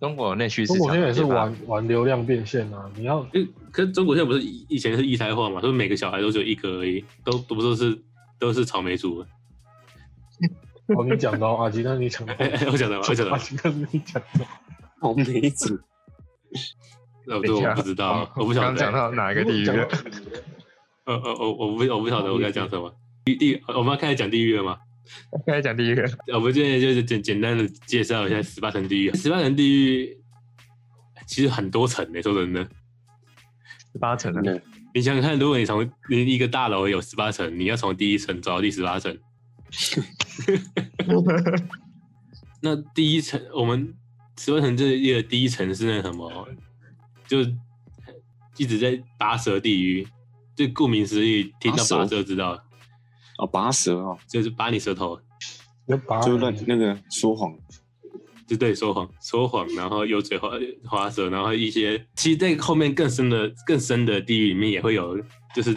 Speaker 2: 中国内需市
Speaker 4: 中
Speaker 2: 场
Speaker 4: 国现在也是
Speaker 2: 对吧
Speaker 4: 玩玩流量变现啊， 你要
Speaker 1: 因为可是中国现在不是以以前是一胎化嘛，所以每个小孩都只有一个而已，都都不都是都是草莓族。
Speaker 4: 哦，你讲到阿吉，那你讲到
Speaker 1: 哎、哎、我讲的吗？ 我讲的
Speaker 4: 阿
Speaker 1: 吗，
Speaker 4: 吉，那你讲哦到
Speaker 3: 好梅子，
Speaker 1: 哦，
Speaker 2: 等
Speaker 1: 对，
Speaker 2: 一下
Speaker 1: 我不知道，我不晓
Speaker 2: 刚
Speaker 1: 得
Speaker 2: 讲。到哪一个地域
Speaker 4: 讲哦
Speaker 2: 了
Speaker 4: 到？
Speaker 1: 呃呃，我我不我不晓得我该讲什么。地地，我们要开始讲地狱了吗？
Speaker 2: 刚才讲第一个，
Speaker 1: 我们今天就是简简单的介绍一下十八层地狱。啊十八层地狱其实很多层呢，说真的。
Speaker 2: 十八层的
Speaker 3: 对
Speaker 1: 你想想看，如果你从你一个大楼有十八层，你要从第一层走到第十八层，那第一层我们十八层这一的第一层是那什么？就一直在拔舌地狱，这顾名思义，听到
Speaker 3: 拔舌
Speaker 1: 拔舌就知道，
Speaker 3: 哦，拔舌哦，
Speaker 1: 就是拔你舌头，
Speaker 4: 你哦要把
Speaker 3: 就乱那个说谎，
Speaker 1: 就对说谎、说谎，然后油嘴滑滑舌，然后一些其实，在后面更深的、更深的地狱里面也会有，就是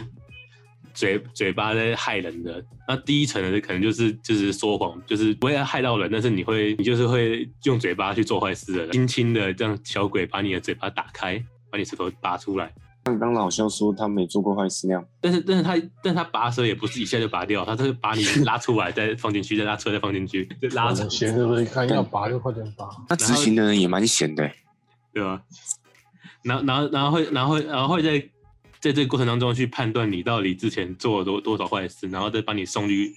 Speaker 1: 嘴嘴巴在害人的。那第一层的可能就是就是说谎，就是不会害到人，但是你会你就是会用嘴巴去做坏事的，轻轻的这样小鬼把你的嘴巴打开，把你舌头拔出来。
Speaker 3: 像刚老肖说他没做过坏事那样，
Speaker 1: 但是，但是他，但他拔舌也不是一下就拔掉，他是把你拉出来，再放进去，再拉出来，再放进去，再拉出
Speaker 4: 很闲对不对？看要拔就快点拔，
Speaker 3: 那执行的人也蛮闲的欸，
Speaker 1: 对吧？然后，然后，然后会，然后会，然后会在在这个过程当中去判断你到底之前做了多多少坏事，然后再把你送去。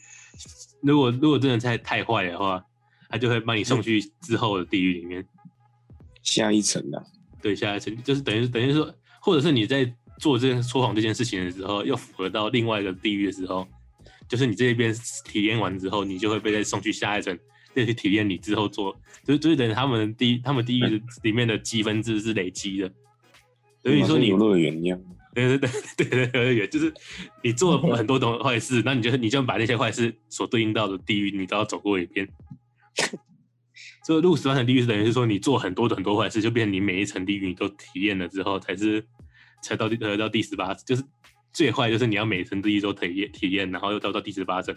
Speaker 1: 如果如果真的太太坏的话，他就会把你送去之后的地狱里面。
Speaker 3: 下一层的，
Speaker 1: 对，下一层就是等于等于说，或者是你在做这件说谎这件事情的时候，又符合到另外一个地狱的时候，就是你这边体验完之后，你就会被再送去下一层，再去体验你之后做，就是就是等于他们地他们地狱的里面的积分制是累积的。等于
Speaker 3: 好
Speaker 1: 说
Speaker 3: 像
Speaker 1: 你
Speaker 3: 游乐园一样，
Speaker 1: 对对 对对对对对，就是你做了很多种坏事，那你就你就把那些坏事所对应到的地狱，你都要走过一遍。所以入十八层地狱是等于是说，你做很多很多坏事，就变成你每一层地狱你都体验了之后，才是才到第呃到第十八，就是最坏就是你要每层地狱都体验体验，然后又到到第十八层，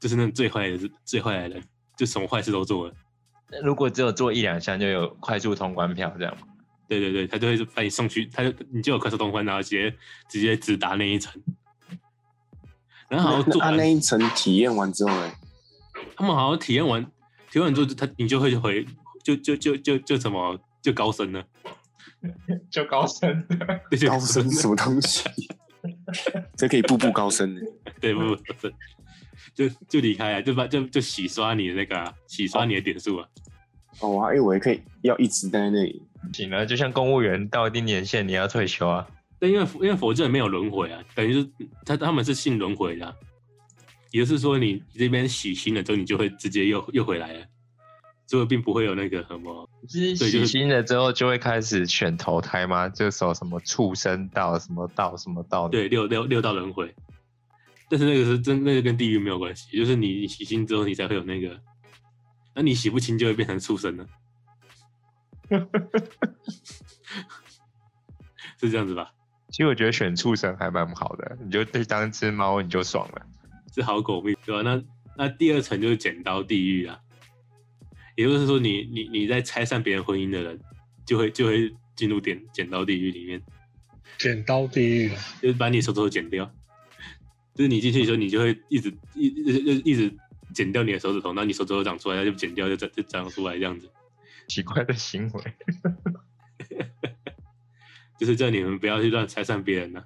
Speaker 1: 就是那种最坏的是最坏的人，就什么坏事都做了。
Speaker 2: 如果只有做一两项就有快速通关票这样吗？
Speaker 1: 对对对，他就会把你送去，他就你就有快速通关，然后直接直接直达那一层。然后好像
Speaker 3: 那
Speaker 1: 做
Speaker 3: 那啊
Speaker 1: 完，
Speaker 3: 那一层体验完之后， 哎，
Speaker 1: 他们好像体验完，体验完之后就，他你就会回，就就就就就什么就高升了，
Speaker 2: 就高升，
Speaker 1: 对，就
Speaker 3: 高升是什么东西？这可以步步高升的，
Speaker 1: 对，不不不，就就离开啊，就把就就洗刷你的那个啊、洗刷你的点数啊，
Speaker 3: 哦，我还以为可以要一直待在那里，
Speaker 2: 行了，就像公务员到一定年限你要退休啊，
Speaker 1: 但因为佛因为佛教没有轮回啊，等于是他他们是信轮回的啊、也就是说你你这边洗心了之后，你就会直接又又回来了，所以并不会有那个什么
Speaker 2: 就是
Speaker 1: 对就
Speaker 2: 洗
Speaker 1: 是
Speaker 2: 心了之后就会开始选投胎吗？就走什么畜生道、什么道、什么道？，
Speaker 1: 对六六六道轮回，但是那个是真那个跟地狱没有关系，就是你你洗心之后你才会有那个，那你洗不清就会变成畜生了， 是这样子吧？
Speaker 2: 其实我觉得选畜生还蛮好的，你就去当只猫你就爽了。
Speaker 1: 是好狗命，对吧、那那第二层就是剪刀地狱啊，也就是说你，你你在拆散别人婚姻的人，就会就会进入剪剪刀地狱里面，
Speaker 4: 剪刀地狱啊，
Speaker 1: 就是把你手指头剪掉，就是你进去的时候，你就会一直一一一一直剪掉你的手指头，然后你手指头长出来，它就剪掉就长就长出来这样子，
Speaker 2: 奇怪的行为，
Speaker 1: 就是叫你们不要去乱拆散别人呐、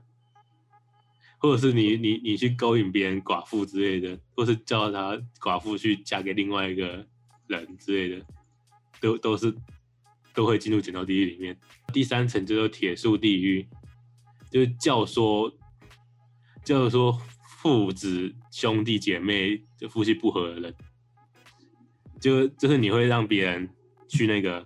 Speaker 1: 或者是你你你去勾引别人寡妇之类的，或是叫他寡妇去嫁给另外一个人之类的，都都是都会进入剪刀地狱里面。第三层就是铁树地狱，就是教唆教唆父子兄弟姐妹就夫妻不和的人，就就是你会让别人去那个，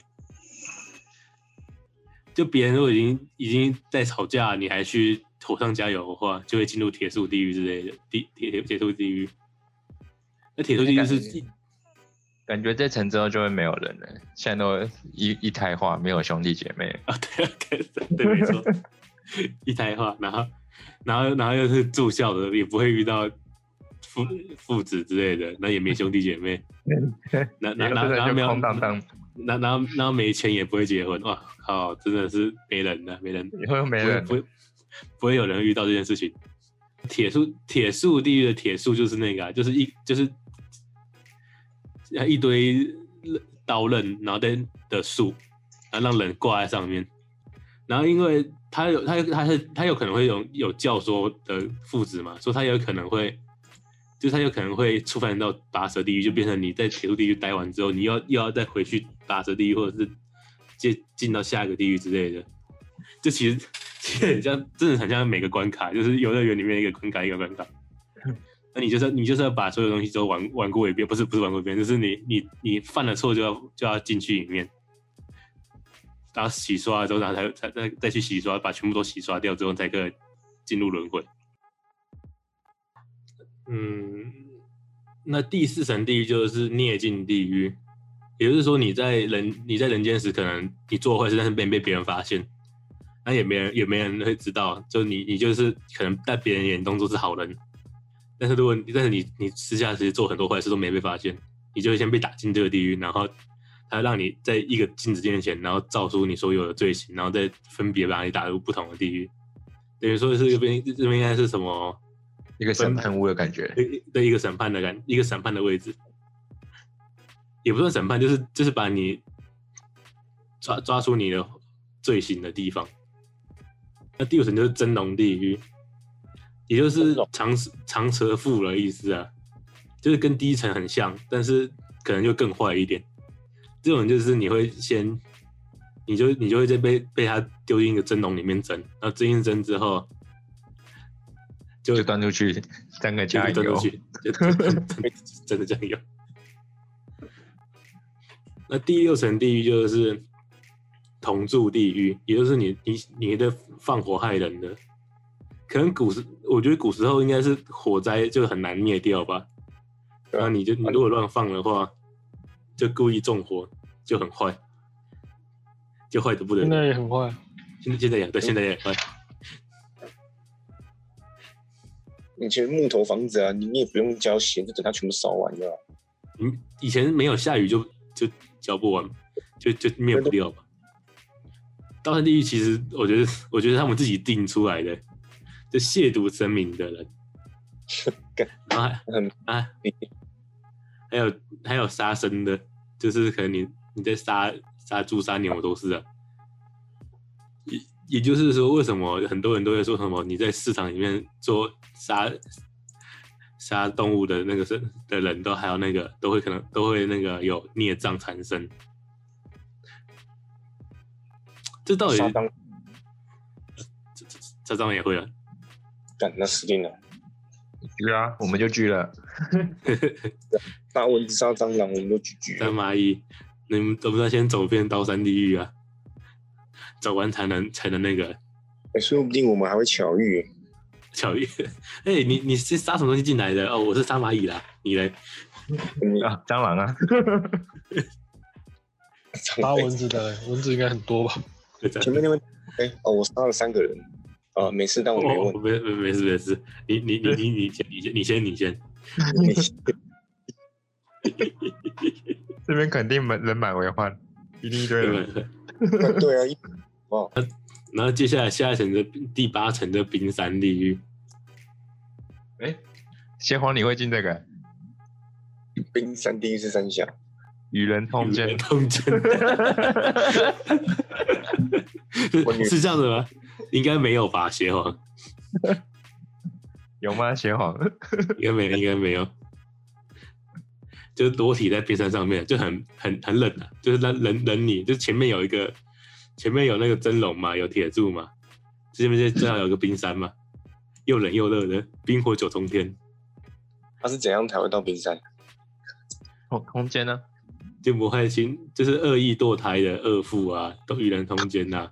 Speaker 1: 就别人都已经已经在吵架，你还去火上加油的话，就会进入铁树地狱之类的地铁铁铁树地狱。那铁树地狱是
Speaker 2: 那感觉感觉这层之后就会没有人了，现在都一一胎化，没有兄弟姐妹。
Speaker 1: 啊，对啊，对对，没错，一胎化，然后，然后，然后又是住校的，也不会遇到父父子之类的，那也没兄弟姐 妹，
Speaker 2: 嗯
Speaker 1: 那那
Speaker 2: 然
Speaker 1: 那
Speaker 2: 后真
Speaker 1: 然后
Speaker 2: 的
Speaker 1: 没
Speaker 2: 就
Speaker 1: 有，
Speaker 2: 空荡荡，
Speaker 1: 那然后然后没钱也不会结婚，哇靠，真的是没人了，没人，
Speaker 2: 以后又没
Speaker 1: 不会
Speaker 2: 人
Speaker 1: 不。会不会有人遇到这件事情。铁树铁树地狱的铁树就是那个、啊，就是一就是一堆刀刃，然后的的树，然后让人挂在上面。然后因为他有他他是他有可能会有有教唆的父子嘛，所以他有可能会。就是他有可能会触犯到拔舌地狱，就变成你在铁树地狱待完之后，你要又要再回去拔舌地狱，或者是进进到下一个地狱之类的。就其实其实很像，真的很像每个关卡，就是游乐园里面一个关卡一个关卡。那你就是你就是要把所有东西都玩玩过一遍，不是不是玩过一遍，就是你你你犯了错就要就要进去里面，然后洗刷了之后，然后才才再再去洗刷，把全部都洗刷掉之后，才可以进入轮回。嗯，那第四层地狱就是孽境地狱，也就是说你在人你在人间时，可能你做坏事，但是被被别人发现，那也没人也没人会知道，就你你就是可能在别人眼中都是好人，但是如果你但是你你私下其实做很多坏事都没被发现，你就会先被打进这个地狱，然后他让你在一个镜子面前，然后照出你所有的罪行，然后再分别把你打入不同的地狱，等于说是这边这边应该是什么？
Speaker 2: 一个审判屋的感觉，
Speaker 1: 对对一个审判的感，一个审判的位置，也不算审判，就是就是把你抓抓出你的罪行的地方。那第五层就是真龙地狱，也就是
Speaker 5: 真龙
Speaker 1: 长舌长舌妇的意思啊，就是跟第一层很像，但是可能就更坏一点。这种就是你会先，你就你就会再被被他丢进一个蒸笼里面蒸，然后蒸一蒸之后
Speaker 2: 就端出去三个
Speaker 1: 就
Speaker 2: 加
Speaker 1: 是真
Speaker 2: 油
Speaker 1: 的。去，就真的 真的真的酱油。那第六层地狱就是同住地狱，也就是你你你的放火害人的。可能古时，我觉得古时候应该是火灾就很难灭掉吧。
Speaker 5: 对啊
Speaker 1: 然后你就你如果乱放的话，就故意纵火，就很坏，就坏的不得
Speaker 4: 现
Speaker 1: 了。
Speaker 4: 在也很坏。
Speaker 1: 现在现在也对，现在也很坏。
Speaker 5: 以前木头房子啊，你你也不用浇鞋，就等它全部扫完就好。
Speaker 1: 嗯，以前没有下雨就就浇不完，就就灭不掉吧。刀山地狱其实我觉得，我觉得他们自己定出来的，就亵渎神明的人
Speaker 5: 干，
Speaker 1: 然后还
Speaker 5: 很
Speaker 1: 啊，还有还有杀生的，就是可能你你在杀杀猪杀牛都是啊。也也就是说，为什么很多人都会说什么你在市场里面做杀杀动物的那个是的人都还有那个都会可能都会那个有孽障缠身，这到底
Speaker 5: 沙当
Speaker 1: 这这这当然也会啊，
Speaker 5: 干那死定了，
Speaker 2: 狙啊，我们就狙了。
Speaker 5: 那蚊子杀蟑螂我们都拒绝。
Speaker 1: 三蚂蚁，你们都不知道先走遍刀山地狱啊，走完才能才能那个
Speaker 5: 哎说不定我们还会巧遇。
Speaker 1: 巧遇。 哎、你你是杀什么东西进来的？哦，我是杀蚂蚁啦，你嘞？
Speaker 5: 嗯
Speaker 2: 啊，蟑螂啊，
Speaker 4: 杀蚊子的蚊子应该很多吧？
Speaker 5: 前面那位，哎、哦，我杀了三个人，啊、没事，但我没
Speaker 1: 哦，
Speaker 5: 问，
Speaker 1: 没没没事没事，你你你你你先你先你先你先，
Speaker 5: 没事
Speaker 2: 这边肯定满人满为患，一定一堆
Speaker 1: 对
Speaker 2: 人。
Speaker 1: 吧？
Speaker 5: 对 啊，一哦，
Speaker 1: 然后接下来下一层的第八层的冰山地狱，
Speaker 2: 邪皇你会进这个
Speaker 5: 冰山第一是三峡，
Speaker 2: 与人通
Speaker 1: 与
Speaker 2: 奸
Speaker 1: 人？通奸，
Speaker 5: 我女
Speaker 1: 是是这样子吗？应该没有吧，邪皇，
Speaker 2: 有吗？邪皇？
Speaker 1: 应该没有，应该没有。就是裸体在冰山上面，就很很很冷啊，就是冷冷冷你，就是前面有一个，前面有那个蒸笼嘛，有铁柱嘛，这边就正好有个冰山嘛，又冷又热的冰火九重天，
Speaker 3: 他是怎样才会到冰 山？
Speaker 2: 空空间呢？
Speaker 1: 就谋害亲，就是恶意堕胎的恶妇啊，都与人通奸呐、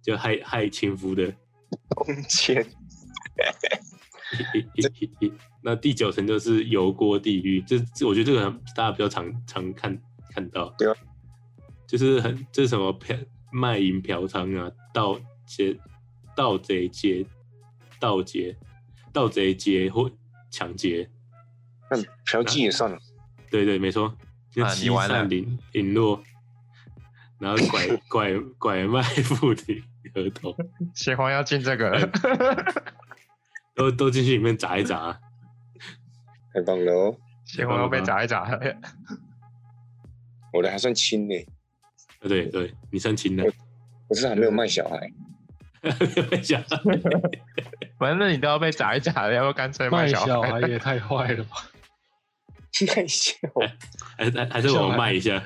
Speaker 1: 就害害亲夫的。
Speaker 3: 空间
Speaker 1: 那第九层就是油锅地狱，这这我觉得这个很大家比较常常看看到，
Speaker 3: 对啊，
Speaker 1: 就是很这是什么嫖卖淫嫖娼啊，盗劫、盗贼劫、盗劫、盗贼劫或抢劫，
Speaker 3: 那嫖妓也算了，
Speaker 1: 对对，没错，就
Speaker 2: 啊
Speaker 1: 欺
Speaker 2: 你完了
Speaker 1: 善凌凌弱，然后 拐拐拐卖妇女儿童，
Speaker 2: 邪皇要进这个了，
Speaker 1: 都都进去里面砸一啊砸。
Speaker 3: 太棒了哦！
Speaker 2: 邪皇要被砸一砸了。
Speaker 3: 我的还算轻呢、
Speaker 1: 啊，对对，你算亲了，
Speaker 3: 可是还没有卖小孩，
Speaker 1: 没想到
Speaker 2: 反正你都要被砸一砸了，要不干脆卖
Speaker 4: 卖
Speaker 2: 小
Speaker 4: 小孩
Speaker 2: 孩？
Speaker 4: 也太坏了 吧！
Speaker 3: 卖小
Speaker 5: 哎
Speaker 3: 孩
Speaker 1: 还还还是我卖一下。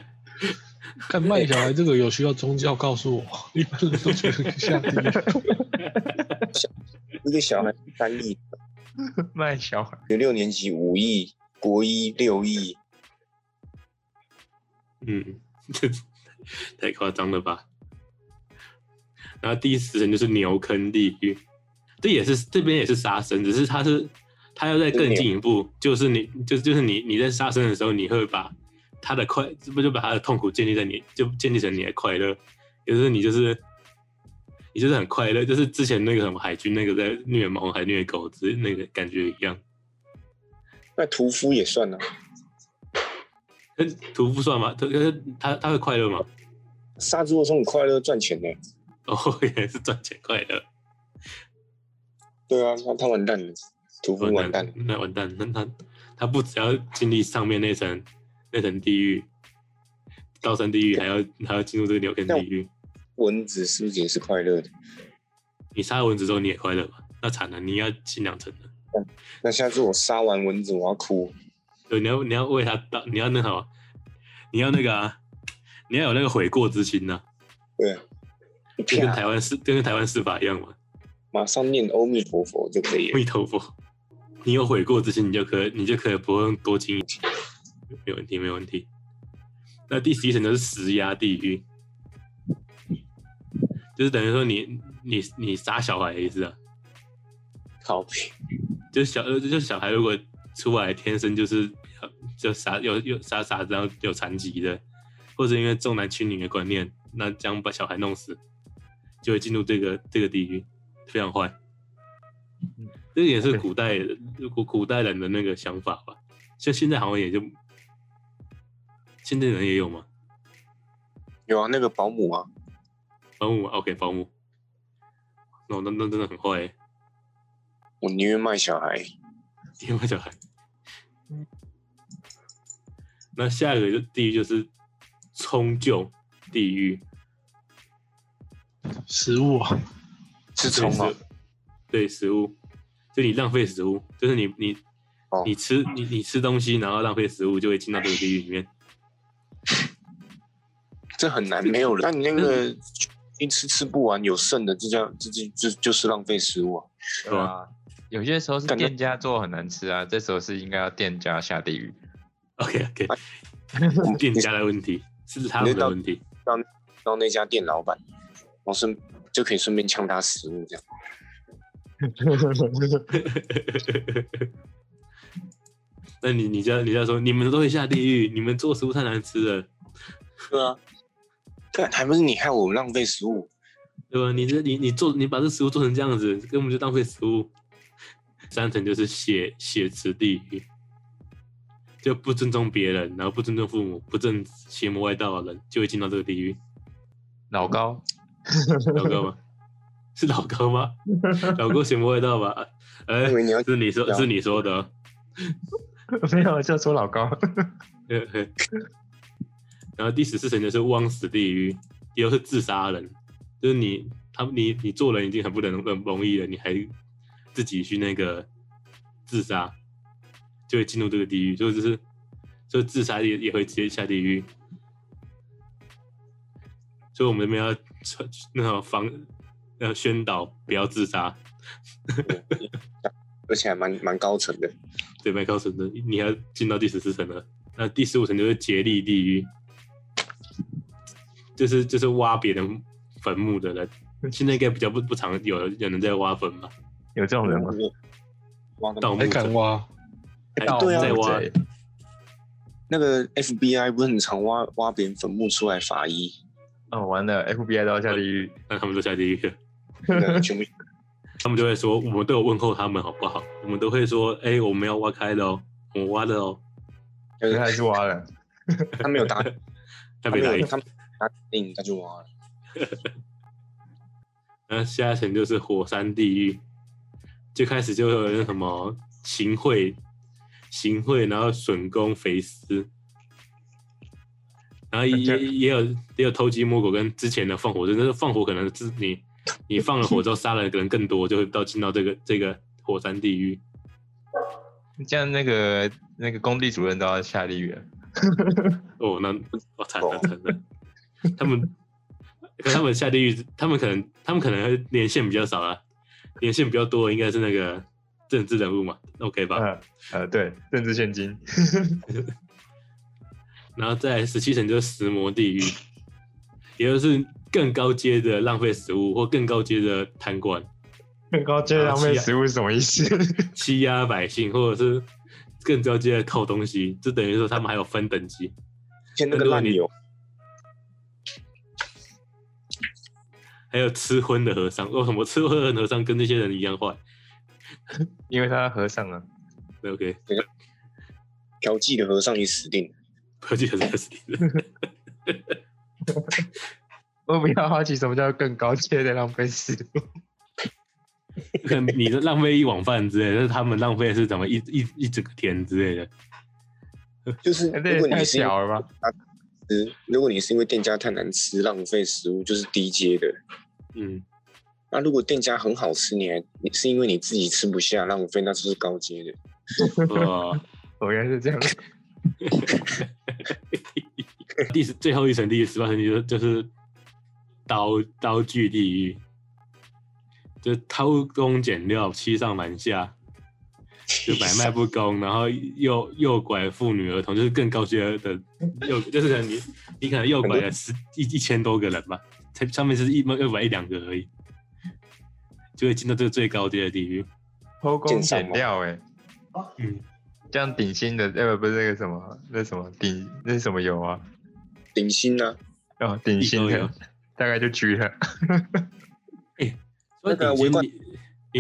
Speaker 4: 看卖小孩这个有需要宗教告诉我，一般人都觉得下地狱。
Speaker 3: 一个小孩三亿，
Speaker 2: 卖小孩，
Speaker 3: 有六年级五亿，国一六亿，
Speaker 1: 嗯，这太夸张了吧？然后第十层就是牛坑地狱，这也是这边也是杀生，只是它是它要再更进一步，就是你就就是你你在杀生的时候，你会把他的快，这不就把他的痛苦建立在你就建立成你的快乐，也就是你就是你就是很快乐，就是之前那个什么海军那个在虐猫还虐狗之那个感觉一样。
Speaker 3: 那屠夫也算了、
Speaker 1: 那屠夫算吗？他他他会快乐吗？
Speaker 3: 杀猪的时候很快乐赚钱呢、
Speaker 1: 哦， 原来是赚钱快乐。
Speaker 3: 对啊，他他完蛋了，屠夫完蛋了，
Speaker 1: 哦那完蛋，那他他不只要经历上面那层那层地狱，刀山地狱，还要还要进入这个牛坑地狱。
Speaker 3: 蚊子是不是也是快乐的？
Speaker 1: 你杀蚊子之后你也快乐吧？那惨了，你要进两层了。
Speaker 3: 那下次我杀完蚊子，我要哭，
Speaker 1: 对，你要你要为他到，你要那好，你要那个、啊，你要有那个悔过之心呐、
Speaker 3: 对啊，一
Speaker 1: 就跟
Speaker 3: 啪，
Speaker 1: 台湾司就跟台湾司法一样嘛。
Speaker 3: 马上念阿弥陀佛就可以
Speaker 1: 阿
Speaker 3: 了。
Speaker 1: 弥陀佛，你有悔过之心，你就可你就可以不用多经一次， 没问题，没问题。那第十一层就是石压地狱，就是等于说你你你杀小孩的意思啊，
Speaker 3: 靠屁，
Speaker 1: 就是小呃就是小孩如果出来天生就是比较就傻有有傻傻子，然后有残疾的，或者因为重男轻女的观念，那这样把小孩弄死，就会进入这个这个地狱，非常坏
Speaker 2: 嗯。
Speaker 1: 这也是古代古古代人的那个想法吧，像现在好像也就，现在人也有吗？
Speaker 3: 有啊，那个保姆啊，
Speaker 1: 保姆吗，OK，保姆，哦那那那真的很坏欸，
Speaker 3: 我宁愿卖小孩，
Speaker 1: 天外小孩。那下一个就地狱就是冲臼地狱，
Speaker 4: 食物 啊，
Speaker 3: 是
Speaker 1: 对
Speaker 3: 冲啊
Speaker 1: 食，对食物，就你浪费食物，就是你你、
Speaker 3: 哦
Speaker 1: 你吃你你吃东西，然后浪费食物，就会进到这个地狱里面。
Speaker 3: 这很难，没有人。那你那个一吃吃不完，有剩的，这叫这这这就是浪费食物啊。
Speaker 1: 对
Speaker 2: 啊，有些时候是
Speaker 3: 感觉
Speaker 2: 店家做很难吃啊，这时候是应该要店家下地狱。
Speaker 1: OK OK，店家的问题是他们的问题，
Speaker 3: 到那家店老板，然后顺就可以顺便呛他食物这样。
Speaker 1: 那你你家你家说你们都会下地狱，你们做食物太难吃了，
Speaker 3: 对啊，看还不是你害我浪费食物，
Speaker 1: 对吧？你这你你做你把这食物做成这样子，根本就浪费食物。三层就是血血池地狱，就不尊重别人，然后不尊重父母，不正邪魔外道的人，就会进到这个地狱。
Speaker 2: 老高，
Speaker 1: 老高吗？ 是老高 吗？老高邪魔外道吧？哎、
Speaker 3: 因为啊你要
Speaker 1: 是你说，是你说的哦、
Speaker 2: 没有就说老高，
Speaker 1: 嘿嘿 然后第十四层就是枉死地狱，也就是自杀人，就是你他你你做人已经很不能很容易了，你还自己去那个自杀，就会进入这个地狱，所以就是就自杀也也会直接下地狱。所以我们这边要传那种防呃宣导不要自杀，
Speaker 5: 而且还蛮蛮高层的。
Speaker 1: 对，麦高层的，你还进到第十四层了。那第十五层就是竭力地狱，就是就是挖别人坟墓的人。现在应该比较不不常有有人在挖坟吧？
Speaker 2: 有这种人吗？
Speaker 5: 挖那
Speaker 1: 盗墓
Speaker 5: 么
Speaker 4: 还敢挖？
Speaker 1: 还
Speaker 5: 盗墓
Speaker 1: 在挖，
Speaker 2: 贼
Speaker 5: 那个 FBI 不是很常挖挖别人坟墓出来法医，
Speaker 2: 哦，完了，FBI 都要下地狱。
Speaker 1: 那他们都下地狱了。
Speaker 5: 那 个全部
Speaker 1: 他们就会说，我们都有问候他们好不好？我们都会说，哎、我们要挖开的哦，我们挖的哦。
Speaker 5: 就是
Speaker 2: 可
Speaker 3: 呃
Speaker 2: 是还是挖了，
Speaker 5: 他没有答，
Speaker 1: 特
Speaker 5: 他没
Speaker 1: 别答
Speaker 5: 有
Speaker 1: 应。
Speaker 5: 他没有答应他就挖了。
Speaker 1: 那下一层就是火山地狱，最开始就有人什么行贿、行贿，然后损公肥私，然后也也也有也有偷鸡摸狗，跟之前的放火，真的是放火可能是你你放了火之后杀了人更多，就会到进到这个这个火山地狱。
Speaker 2: 这样那个那个工地主任都要下地狱了。
Speaker 1: 哦，那我惨了
Speaker 5: 哦
Speaker 1: 惨了，他们可他们下地狱，他们可能他们可能会连线比较少啊，连线比较多的应该是那个政治人物嘛，OK 吧？
Speaker 2: 嗯呃，对，政治现金。
Speaker 1: 然后在十七层就是石魔地狱，也就是更高阶的浪费食物或更高阶的贪官，
Speaker 2: 更高阶浪费食物啊是什么意思？
Speaker 1: 欺压百姓，或者是更高阶的扣东西，就等于说他们还有分等级。
Speaker 5: 以前那个烂油，
Speaker 1: 还有吃荤的和尚，为什么吃荤的和尚跟那些人一样坏
Speaker 2: 因为他和尚啊，
Speaker 1: 对？OK，
Speaker 5: 调剂的和尚也死定了。
Speaker 1: 科技很是死定了。
Speaker 2: 我比较好奇什么叫更高阶的浪费食 物。
Speaker 1: 可能你的浪费一碗饭之类的，但是他们浪费的是怎么一一一整个天之类的。
Speaker 5: 就是
Speaker 2: 哎
Speaker 5: 如
Speaker 2: 这
Speaker 5: 果
Speaker 2: 也
Speaker 5: 你
Speaker 2: 太
Speaker 5: 是因为
Speaker 2: 小了吧？
Speaker 5: 吃，如果你是因为店家太难吃浪费食物，就是低阶的。
Speaker 1: 嗯，
Speaker 5: 那、如果店家很好吃，你还你是因为你自己吃不下浪费，那就是高阶的。
Speaker 1: 哇，
Speaker 2: 我原来是这样。
Speaker 1: 第十最后一层地狱十八层地狱就是就是刀刀具地狱，就是偷工减料、欺上瞒下，就买卖不公，然后诱诱拐妇女儿童，就是更高阶的诱，就是可能你你可能诱拐了十一一千多个人吧，才上面是一诱拐一两个而已，就会进到这个最高阶的地狱。
Speaker 2: 偷工
Speaker 5: 鉴赏
Speaker 2: 减
Speaker 5: 吗
Speaker 2: 料哎、欸，
Speaker 1: 嗯，
Speaker 2: 这样顶薪的呃不不是那个什么那什么顶那什么油啊
Speaker 5: 顶薪呢、
Speaker 2: 哦顶
Speaker 1: 地
Speaker 2: 薪
Speaker 1: 沟油
Speaker 2: 的大概就拘了，
Speaker 1: 所以
Speaker 5: 那个
Speaker 1: 顶薪
Speaker 5: 围观
Speaker 1: 你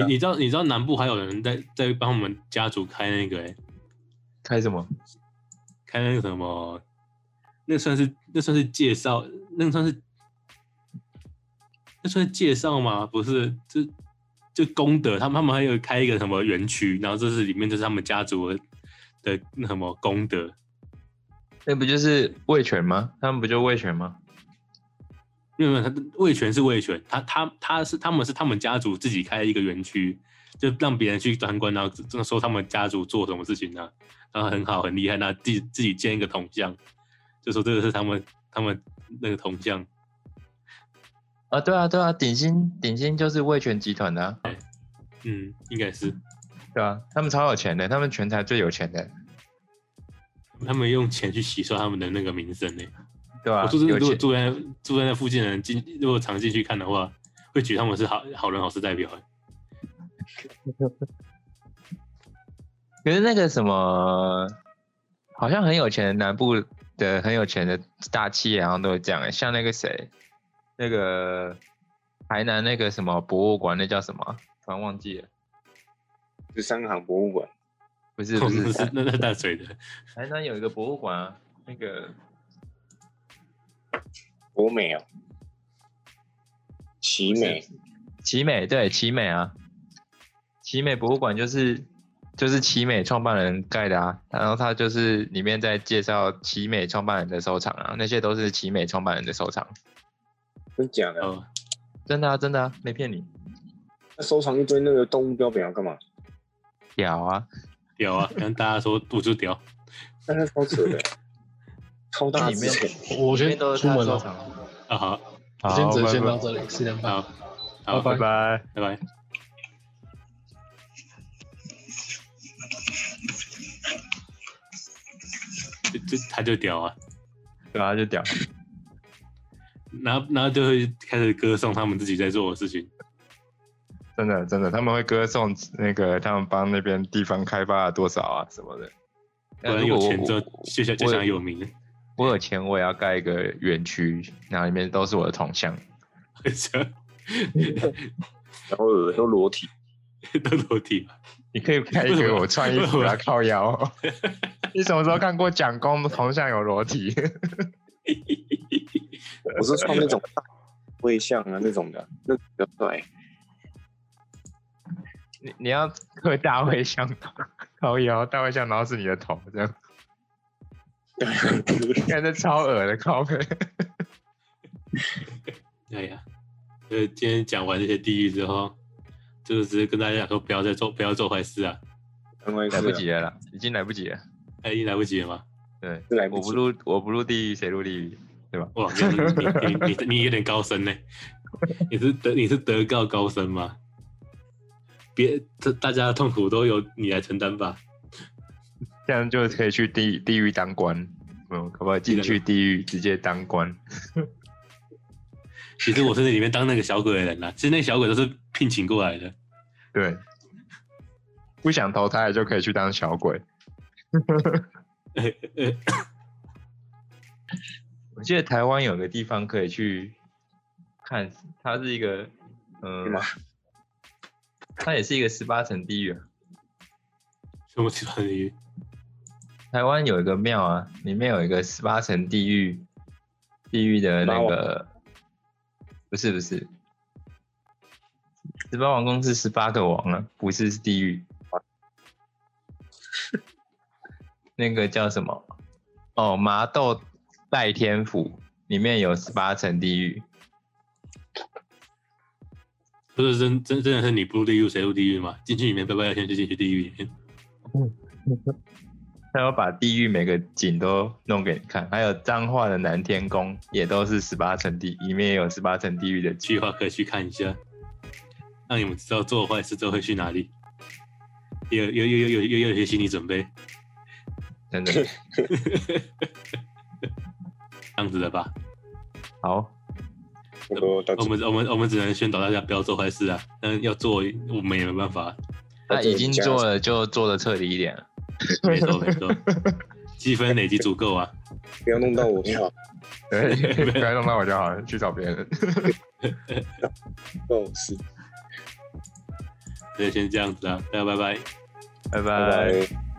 Speaker 1: 你你知道你知道南部还有人在在帮我们家族开那个、欸、
Speaker 2: 开什么？
Speaker 1: 开那个什么，那算是那算是介绍，那算是那算是介绍吗？不是，就就功德，他们他们还有开一个什么园区，然后这是里面就是他们家族的的那什么功德，
Speaker 2: 那不就是魏权吗？他们不就魏权吗？
Speaker 1: 没有没有，他魏权是魏权，他他他是他们是他们家族自己开一个园区，就让别人去参观，然后真的说他们家族做什么事情呢、然后很好很厉害，那自己自己建一个铜像，就说这个是他们他们那个铜像，
Speaker 2: 啊对啊对啊，顶薪顶薪就是魏权集团的、啊，
Speaker 1: 嗯，应该是
Speaker 2: 对啊，他们超有钱的，他们全台最有钱的，
Speaker 1: 他们用钱去洗刷他们的那个名声呢、
Speaker 2: 对吧、
Speaker 1: 我说真的，
Speaker 2: 啊有
Speaker 1: 如果
Speaker 2: 钱
Speaker 1: 住在住在那附近的人进，如果常进去看的话，会觉得他们是好好人好事代表、欸。
Speaker 2: 可是那个什么，好像很有钱的南部的很有钱的大企业好像都是这样、欸，像那个谁，那个台南那个什么博物馆，那叫什么啊？突然忘记了，
Speaker 5: 十三行博物馆，
Speaker 2: 不是
Speaker 1: 我
Speaker 2: 不
Speaker 1: 们
Speaker 2: 是，
Speaker 1: 是那那淡水的，
Speaker 2: 台南有一个博物馆啊，那个
Speaker 5: 博美啊，奇美，
Speaker 2: 奇美，对奇美啊，奇美博物馆就是就是奇美创办人盖的啊，然后他就是里面在介绍奇美创办人的收藏啊，那些都是奇美创办人的收藏，
Speaker 5: 真假的？
Speaker 1: 哦，
Speaker 2: 真的啊真的啊，没骗你，
Speaker 5: 那收藏一堆那个动物标本要干嘛？
Speaker 2: 屌啊！
Speaker 1: 屌啊！跟大家说，肚子屌，
Speaker 5: 那是超扯的，超大之前
Speaker 4: 我我先出门哦了，
Speaker 1: 啊好，
Speaker 4: 今天只能先到这里，四点半。
Speaker 1: 好，好，
Speaker 4: 拜
Speaker 2: 拜拜。
Speaker 1: 拜拜。就他就屌啊，
Speaker 2: 对啊，就屌。
Speaker 1: 然后然后就会开始歌颂他们自己在做的事情。
Speaker 2: 真的真的，他们会歌颂那个他们帮那边地方开发了多少啊什么的。
Speaker 1: 不
Speaker 2: 那
Speaker 1: 然
Speaker 2: 呃如
Speaker 1: 有
Speaker 2: 果
Speaker 1: 钱
Speaker 2: 我
Speaker 1: 之后就想就
Speaker 2: 我
Speaker 1: 想有名，
Speaker 2: 我有钱，我也要盖一个园区，然后里面都是我的铜像。
Speaker 5: 然后都裸体，
Speaker 1: 都裸体吧。
Speaker 2: 你可以拍一
Speaker 1: 为什
Speaker 2: 个
Speaker 1: 么
Speaker 2: 我穿衣服来靠腰。 你什么时候看过蒋公铜像有裸体？
Speaker 5: 我是穿那种大微像啊那种的，那比较 帅。
Speaker 2: 你你要刻大卫像靠腰，大卫像然后是你的头这样，看这超恶的靠背。
Speaker 1: 哎呀，呃，今天讲完这些地狱之后，就是只是跟大家讲说不要再做不要做坏事啊，
Speaker 5: 因为
Speaker 2: 来
Speaker 5: 是
Speaker 2: 不及了啦，已经来不及了。
Speaker 1: 哎，已经来不及了吗？
Speaker 2: 对，
Speaker 5: 是来
Speaker 2: 我
Speaker 5: 不
Speaker 2: 不
Speaker 5: 及，
Speaker 2: 入我不入地狱，谁入地狱？对吧？
Speaker 1: 哇，你你你你你有点高深呢，你是德你是德高高深吗？别，这大家的痛苦都由你来承担吧。
Speaker 2: 这样就可以去地地狱当官，嗯，可不可以进去地狱直接当官？
Speaker 1: 其实我是在里面当那个小鬼的人啦、其实那小鬼都是聘请过来的。
Speaker 2: 对，不想投胎就可以去当小鬼。
Speaker 1: 呃，
Speaker 2: 我记得台湾有个地方可以去看，它是一个，嗯、
Speaker 5: 是吗
Speaker 2: 它也是一个十八层地狱、啊。
Speaker 1: 什么地方地狱？
Speaker 2: 台湾有一个庙啊，里面有一个十八层地狱，地狱的那个，不是不是，十八王宫是十八个王啊，不是是地狱。那个叫什么？哦，麻豆代天府里面有十八层地狱，
Speaker 1: 不是真真真的是你不入地狱谁入地狱吗？进去里面拜拜要先去进去地狱里面。
Speaker 2: 他要把地狱每个景都弄给你看，还有彰化的南天宫也都是十八层地，里面也有十八层地狱的景。
Speaker 1: 去的话可以去看一下，让你们知道做坏事之后会去哪里，有有有有有有有一些心理准备，
Speaker 2: 真的
Speaker 1: 这样子的吧。
Speaker 2: 好，
Speaker 5: 我都到
Speaker 1: 我们我们我们只能宣导大家不要做坏事啊，但要做我们也没办法。
Speaker 2: 那已经做了就做的彻底一点了。
Speaker 1: 没错没错，积分累积足够啊。
Speaker 5: 不要弄到我就好。
Speaker 2: 对， 不要弄到我就好了，去找别人。
Speaker 5: 哦，是，
Speaker 1: 那就先这样子啊，大家拜拜。
Speaker 5: 拜
Speaker 2: 拜拜。
Speaker 5: 拜。